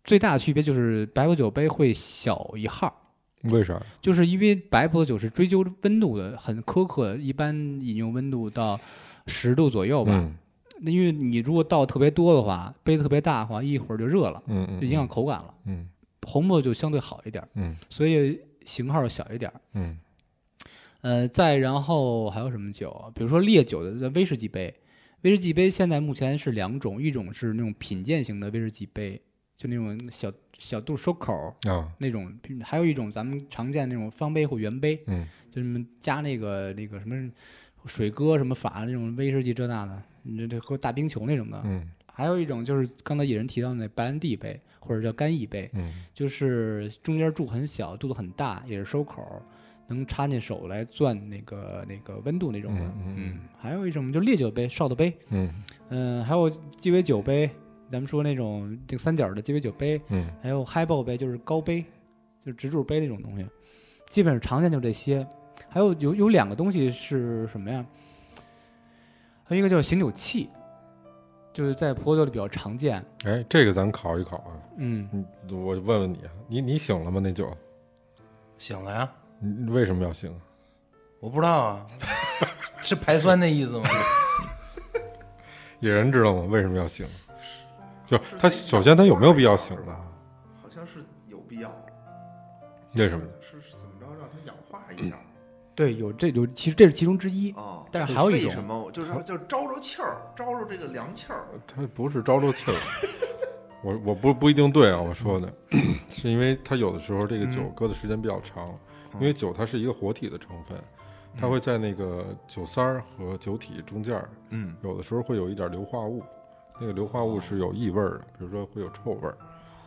F: 最大的区别就是白葡萄酒杯会小一号，
B: 为啥？
F: 就是因为白葡萄酒是追究温度的，很苛刻，一般饮用温度到十度左右吧。
B: 嗯
F: 那、因为你如果倒特别多的话，杯子特别大的话，一会儿就热了，
B: 嗯嗯，
F: 就影响口感了。
B: 嗯
F: 红葡萄酒相对好一点，
B: 嗯
F: 所以型号小一点儿。
B: 嗯
F: 呃，再然后还有什么酒啊？比如说烈酒的威士忌杯，威士忌杯现在目前是两种，一种是那种品鉴型的威士忌杯，就那种小小肚收口儿
B: 啊
F: 那种，还有一种咱们常见那种方杯或圆杯，
B: 嗯
F: 就什么加那个那个什么水哥什么法那种威士忌这那的，你这这喝大冰球那种的。
B: 嗯
F: 还有一种就是刚才野人提到那白兰地杯或者叫干邑杯，
B: 嗯
F: 就是中间柱很小，肚子很大，也是收口儿，能插进手来攥那个那个温度那种的。
B: 嗯嗯嗯
F: 还有一种就烈酒杯、烧的杯，
B: 嗯
F: 嗯、还有鸡尾酒杯，咱们说那种这个三角的鸡尾酒杯，
B: 嗯
F: 还有 highball 杯，就是高杯，就是直柱杯那种东西，基本上常见就这些。还有有有两个东西是什么呀？还有一个叫醒酒器，就是在葡萄酒里比较常见。
B: 哎，这个咱考一考啊！
F: 嗯，
B: 嗯我问问你，啊你你醒了吗？那酒
D: 醒了呀，
B: 你为什么要醒？
D: 我不知道啊， 是排酸那意思吗？
B: 野人知道吗？为什么要醒？就是他首先他有没有必要啊醒
E: 是吧
B: 吧？？
E: 好像是有必要，
B: 为什么？
E: 是是怎么着让它氧化一下
F: 对，有这有，其实这是其中之一。嗯
E: 啊？
F: 但是还有一
E: 为
F: 种
E: 什么就是就是招着气儿，招着这个凉气儿，
B: 他不是招着气儿， 我我不不一定对啊，我说 的，是因为他有的时候这个酒
F: 嗯
B: 搁的时间比较长，因为酒它是一个活体的成分，
F: 嗯
B: 它会在那个酒塞儿和酒体中间儿，
E: 嗯，
B: 有的时候会有一点硫化物，那个硫化物是有异味儿的，比如说会有臭味儿，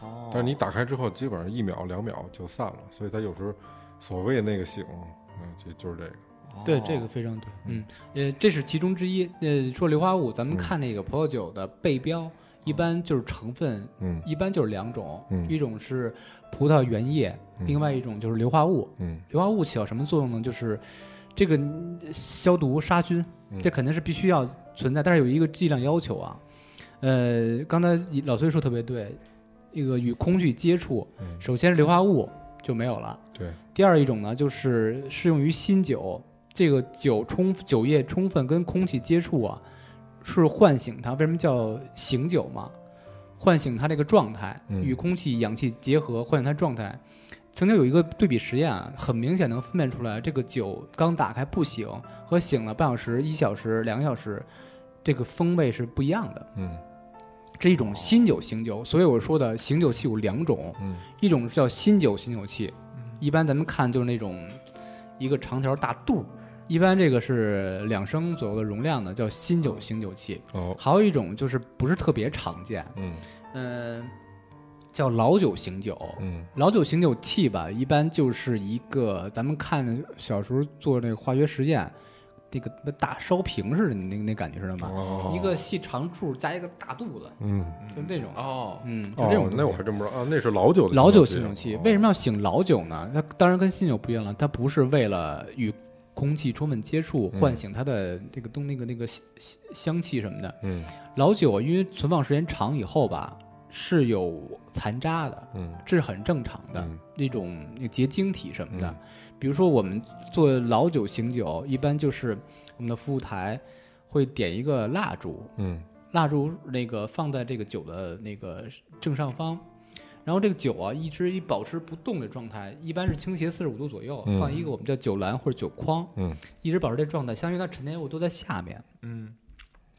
F: 哦
B: 但是你打开之后，基本上一秒两秒就散了，所以它有时候所谓那个醒，嗯，就就是这个，
F: 对，这个非常对，嗯，呃，这是其中之一。呃，说硫化物，咱们
B: 嗯
F: 看那个葡萄酒的背标，一般就是成分，
B: 嗯
F: 一般就是两种，
B: 嗯
F: 一种是葡萄原液，
B: 嗯
F: 另外一种就是硫化物。
B: 嗯
F: 硫化物起到什么作用呢？就是这个嗯消毒杀菌，
B: 嗯
F: 这肯定是必须要存在，但是有一个剂量要求啊。呃，刚才老崔说特别对，一个与空气接触，
B: 嗯，
F: 首先是硫化物就没有了。
B: 对，
F: 第二一种呢，就是适用于新酒，这个酒充酒液充分跟空气接触啊，是唤醒它。为什么叫醒酒嘛？唤醒它这个状态，
B: 嗯
F: 与空气、氧气结合，唤醒它状态。曾经有一个对比实验啊，很明显能分辨出来，这个酒刚打开不醒和醒了半小时、一小时、两个小时，这个风味是不一样的。
B: 嗯
F: 这是一
B: 哦
F: 种新酒醒酒，所以我说的醒酒器有两种，
B: 嗯
F: 一种是叫新酒醒酒器，一般咱们看就是那种一个长条大肚儿，一般这个是两升左右的容量的，叫新酒醒酒器。
B: 哦
F: 还有一种就是不是特别常见，
B: 嗯
F: 嗯、叫老酒醒酒。
B: 嗯
F: 老酒醒酒器吧，一般就是一个咱们看小时候做那个化学实验，那个那大烧瓶似的，那那感觉知道吗？
B: 哦，
F: 一个细长柱加一个大肚子，
B: 嗯。
F: 就那种，
D: 哦，
F: 嗯，就这种
B: 哦
F: 东，西、
B: 那我还真不知道啊，那是老酒的
F: 老酒
B: 醒
F: 醒
B: 酒
F: 酒器
B: 哦
F: 为什么要醒老酒呢？它当然跟新酒不一样了，它不是为了与空气充分接触
B: 嗯
F: 唤醒它的那个东那个那个香香气什么的。
B: 嗯
F: 老酒因为存放时间长以后吧，是有残渣的，
B: 嗯
F: 这是很正常的
B: 嗯，
F: 那种那结晶体什么的
B: 嗯。
F: 比如说我们做老酒醒酒，一般就是我们的服务台会点一个蜡烛，
B: 嗯
F: 蜡烛那个放在这个酒的那个正上方，然后这个酒啊一直以保持不动的状态，一般是倾斜四十五度左右，
B: 嗯
F: 放一个我们叫酒篮或者酒框，
B: 嗯
F: 一直保持这状态，相当于它陈年物都在下面。
E: 嗯，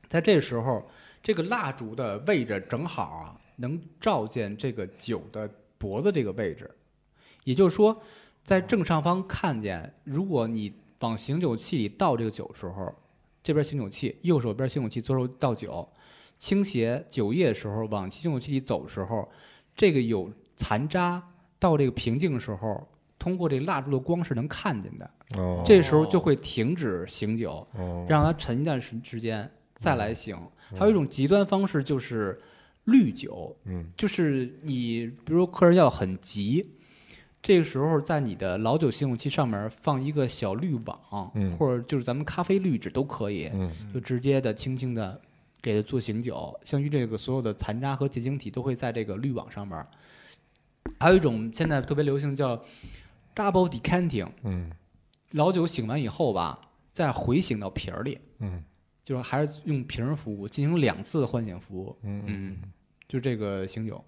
F: 在这时候，这个蜡烛的位置正好啊，能照见这个酒的脖子这个位置，也就是说，在正上方看见，如果你往醒酒器里倒这个酒的时候，这边醒酒器，右手边醒酒器，左手倒酒，倾斜酒液的时候，往醒酒器里走的时候，这个有残渣到这个瓶颈的时候，通过这蜡烛的光是能看见的，
B: 哦，
F: 这时候就会停止醒酒。
B: 哦
F: 让它沉一段时时间再来醒。还有一种极端方式就是绿酒，
B: 嗯
F: 就是你比如说客人要很急，这个时候在你的老酒醒酒器上面放一个小滤网，
B: 嗯
F: 或者就是咱们咖啡滤纸都可以，
B: 嗯
F: 就直接的轻轻的给它做醒酒，相当于这个所有的残渣和结晶体都会在这个滤网上面儿。还有一种现在特别流行叫 double decanting，
B: 嗯
F: 老酒醒完以后吧，再回醒到瓶儿里，
B: 嗯
F: 就是还是用瓶儿服务进行两次唤醒服务。
B: 嗯嗯，
F: 嗯，就这个醒酒，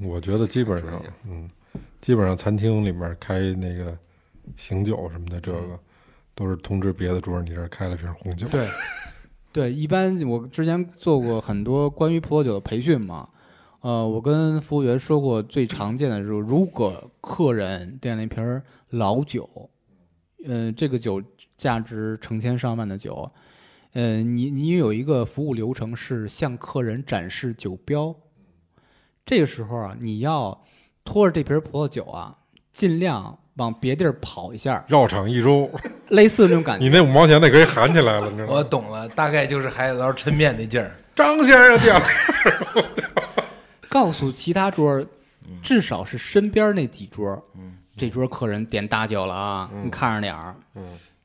B: 我觉得基本上嗯，基本上餐厅里面开那个醒酒什么的，这个都是通知别的桌儿你这儿开了瓶红酒。
F: 嗯对，对，一般我之前做过很多关于葡萄酒的培训嘛，呃，我跟服务员说过，最常见的是，如果客人点了一瓶儿老酒，呃，这个酒价值成千上万的酒，呃，你你有一个服务流程是向客人展示酒标，这个时候啊，你要拖着这瓶葡萄酒啊，尽量往别地儿跑一下，
B: 绕场一 周，
F: 类似那种感觉。
B: 你那五毛钱那可以喊起来了，你知道
D: 我
B: 吗？
D: 懂了，大概就是海底捞抻面那劲儿。
B: 张先生点了，
F: 告诉其他桌儿，至少是身边那几桌儿，这桌客人点大酒了啊，你看着点儿。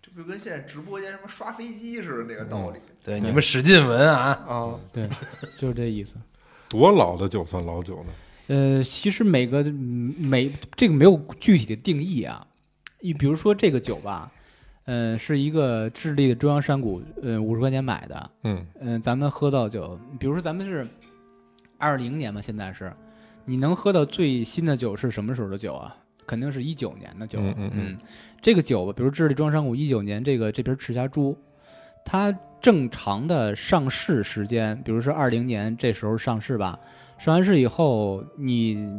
E: 这不就跟现在直播间什么刷飞机似的那个道理？
D: 对，你们使劲闻啊！
B: 嗯
E: 啊，
F: 对，就是这意思。
B: 多老的酒算老酒呢？
F: 呃，其实每个嗯每这个没有具体的定义啊，你比如说这个酒吧，呃，是一个智利的中央山谷，呃，五十块钱买的，
B: 嗯，
F: 嗯，咱们喝到酒，比如说咱们是二零年嘛，现在是，你能喝到最新的酒是什么时候的酒啊？肯定是一九年的酒。啊
B: 嗯嗯嗯
F: 这个酒吧，比如智利庄山谷一九年这个这瓶赤霞珠，它正常的上市时间，比如说二零年这时候上市吧，上完市以后，你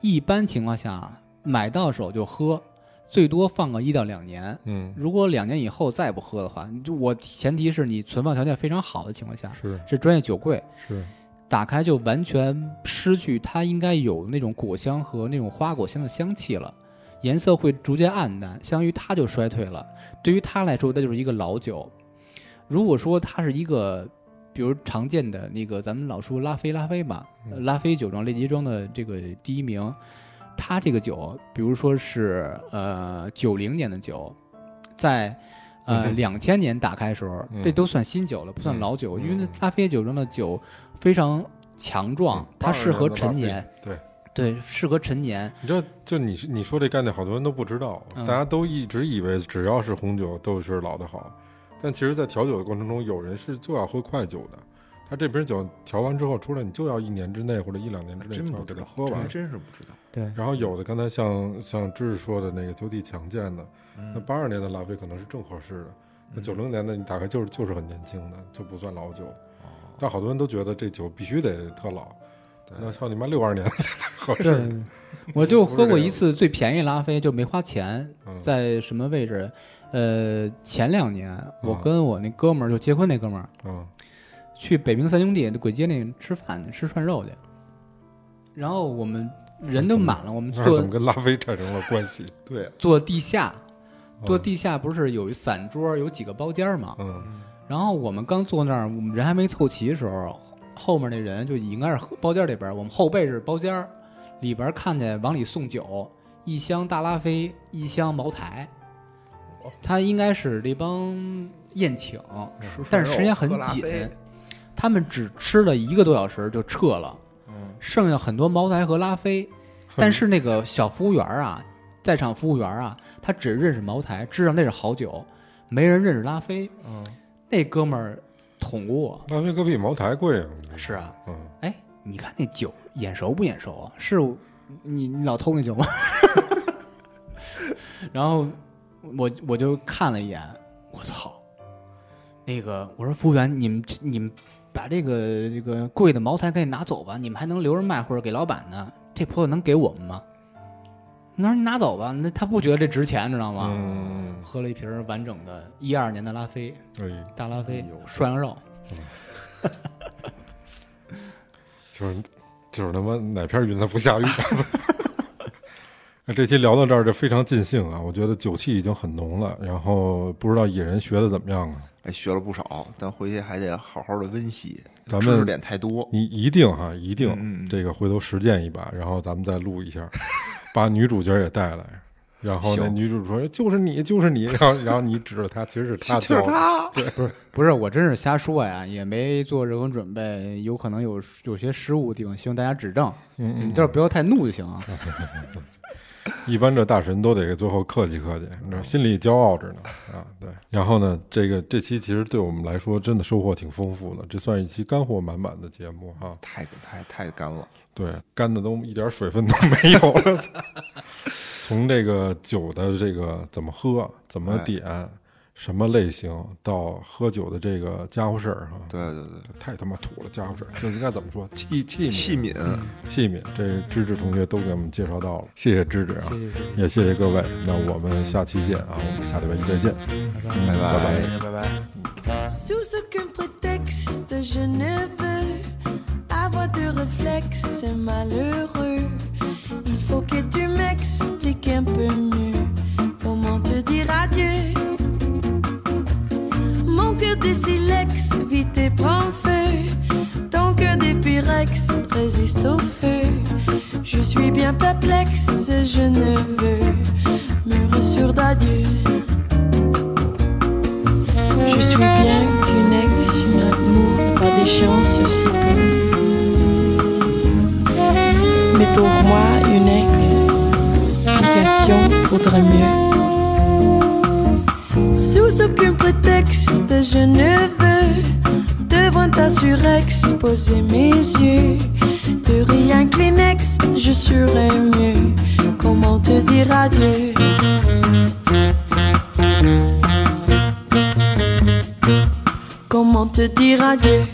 F: 一般情况下买到手就喝，最多放个一到两年。
B: 嗯，
F: 如果两年以后再不喝的话，你就我前提是你存放条件非常好的情况下，
B: 是
F: 是专业酒柜，
B: 是，
F: 打开就完全失去它应该有那种果香和那种花果香的香气了，颜色会逐渐暗淡，相当于它就衰退了。对于它来说，那就是一个老酒。如果说它是一个，比如常见的那个咱们老说拉菲拉菲吧，
B: 嗯
F: 呃拉菲酒庄列级庄的这个第一名，它这个酒，比如说是呃九零年的酒，在呃
B: 嗯
F: 两千年打开的时候，
B: 嗯
F: 这都算新酒了，不算老酒，
B: 嗯
F: 因为
B: 嗯
F: 拉菲酒庄的酒非常强壮，它适合陈年，
B: 对。
F: 对，适合陈年，
B: 你知道，就你你说这概念，好多人都不知道，
F: 嗯
B: 大家都一直以为只要是红酒都是老的好，但其实，在调酒的过程中，有人是就要喝快酒的，他这瓶酒调完之后出来，你就要一年之内或者一两年之内
E: 真
B: 就
E: 不
B: 要
E: 知
B: 给
E: 道
B: 它，喝
E: 这还
B: 完。
E: 真是不知道。
F: 对，
B: 然后有的刚才像像知识说的那个就地强健的，那
E: 嗯，
B: 八二年的拉菲可能是正合适的，那九零年的你打开就是就是很年轻的，就不算老酒。
E: 哦
B: 但好多人都觉得这酒必须得特老，那操你妈六二 年合适。
F: 对， 我就喝过一次最便宜拉菲，就没花钱，
B: 嗯
F: 在什么位置？呃，前两
B: 啊
F: 年我跟我那哥们儿，就结婚那哥们儿，
B: 嗯
F: 去北平三兄弟簋街那吃饭吃涮肉去，然后我们人都满了，我 们
B: 嗯那是
F: 坐
B: 怎么跟拉菲产生了关系？
E: 对，
F: 坐地下，
B: 嗯
F: 坐地下不是有一散桌，有几个包间儿嘛？
B: 嗯
F: 然后我们刚坐那儿，我们人还没凑齐的时候，后面那人就应该是包间里边儿，我们后背是包间儿，里边儿看见往里送酒，一箱大拉菲，一箱茅台，他应该是这帮宴请，
E: 吃
F: 但
E: 涮
F: 是
E: 肉
F: 时间很
E: 喝拉
F: 紧
E: 菲，
F: 他们只吃了一个多小时就撤了，
E: 嗯，
F: 剩下很多茅台和拉菲，
B: 嗯
F: 但是那个小服务员儿啊，在场服务员儿啊，他只认识茅台，知道那是好酒，没人认识拉菲。
E: 嗯，
F: 那哥们儿捅过我，
B: 拉菲可比茅台贵啊！
F: 是啊，
B: 嗯，
F: 哎，你看那酒眼熟不眼熟啊？是你你老偷那酒吗？ 然后我我就看了一眼，我操！那个我说服务员，你们这你们把这个这个贵的茅台给拿走吧，你们还能留着卖或者给老板呢？这葡萄能给我们吗？那你拿走吧，那他不觉得这值钱，知道吗？
B: 嗯，
F: 喝了一瓶完整的一二年的拉菲，
B: 哎，
F: 大拉菲，涮羊肉，
B: 就是就是他妈哪片云彩不下雨。 哎那这期聊到这儿就非常尽兴啊！我觉得酒气已经很浓了，然后不知道野人学的怎么样啊？
E: 哎，学了不少，但回去还得好好的温习，
B: 咱们
E: 知识点太多。
B: 你一定哈、一定、
E: 嗯嗯
B: 这个回头实践一把，然后咱们再录一下，把女主角也带来。然后那
E: 行
B: 女主说：“就是你，就是你。”然后，然后你指着她，其实是她
E: 就是
B: 教的。
E: 他，
F: 不是，我真是瞎说呀，也没做任何准备，有可能有有些失误的地方，希望大家指正。
B: 嗯
F: 你
B: 嗯
F: 们就是不要太怒就行啊。
B: 一般这大神都得最后客气客气，你知
E: 嗯
B: 道心里骄傲着 呢啊。对，然后呢，这个这期其实对我们来说真的收获挺丰富的，这算一期干货满满的节目哈、
E: 太太太干了。
B: 对，干的都一点水分都没有了。 从这个酒的这个怎么喝、怎么
E: 哎
B: 点、什么类型，到喝酒的这个家伙事儿哈，
E: 对对对，
B: 太他妈土了，家伙事儿，这应该怎么说？器器
E: 器
B: 皿
E: 皿，
B: 器皿，这芝芝同学都给我们介绍到了，谢谢芝芝啊，也谢谢各位，那我们下期见啊，我们下礼拜一再见。
E: 拜拜。
D: 拜拜。
G: Sous aucun prétexte, je ne veux avoir de réflexe malheureux. Il faut que tu m'expliques un peu mieux comment te dire adieu. Mon cœur de silex, vite et prend feu. Ton cœur de pyrex résiste au feu. Je suis bien perplexe, je ne veux me ressourcer d'adieu. Je suis bien qu'une ex, une amour, pas des chances si peu. Mais pour moi, une ex-application vaudrait mieux. Sous aucun prétexte, je ne veux devant ta surex poser mes yeux. De rien Kleenex, je serais mieux. Comment te dire adieu? comment te dire adieu.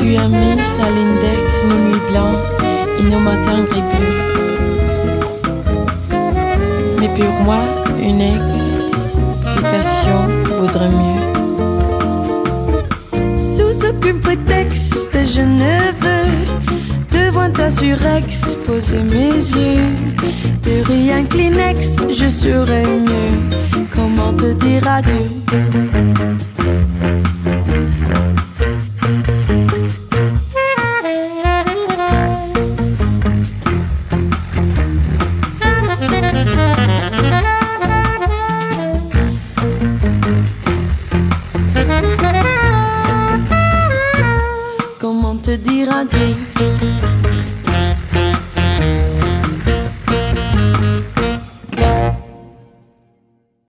G: Tu as mis à l'index nos nuits blanches et nos matins gris bleus. Mais pour moi, une explication vaudrait mieux. Sous aucun prétexte, je ne veux devant ta surex poser mes yeux. De rien Kleenex, je serais mieux. Comment te dire adieu?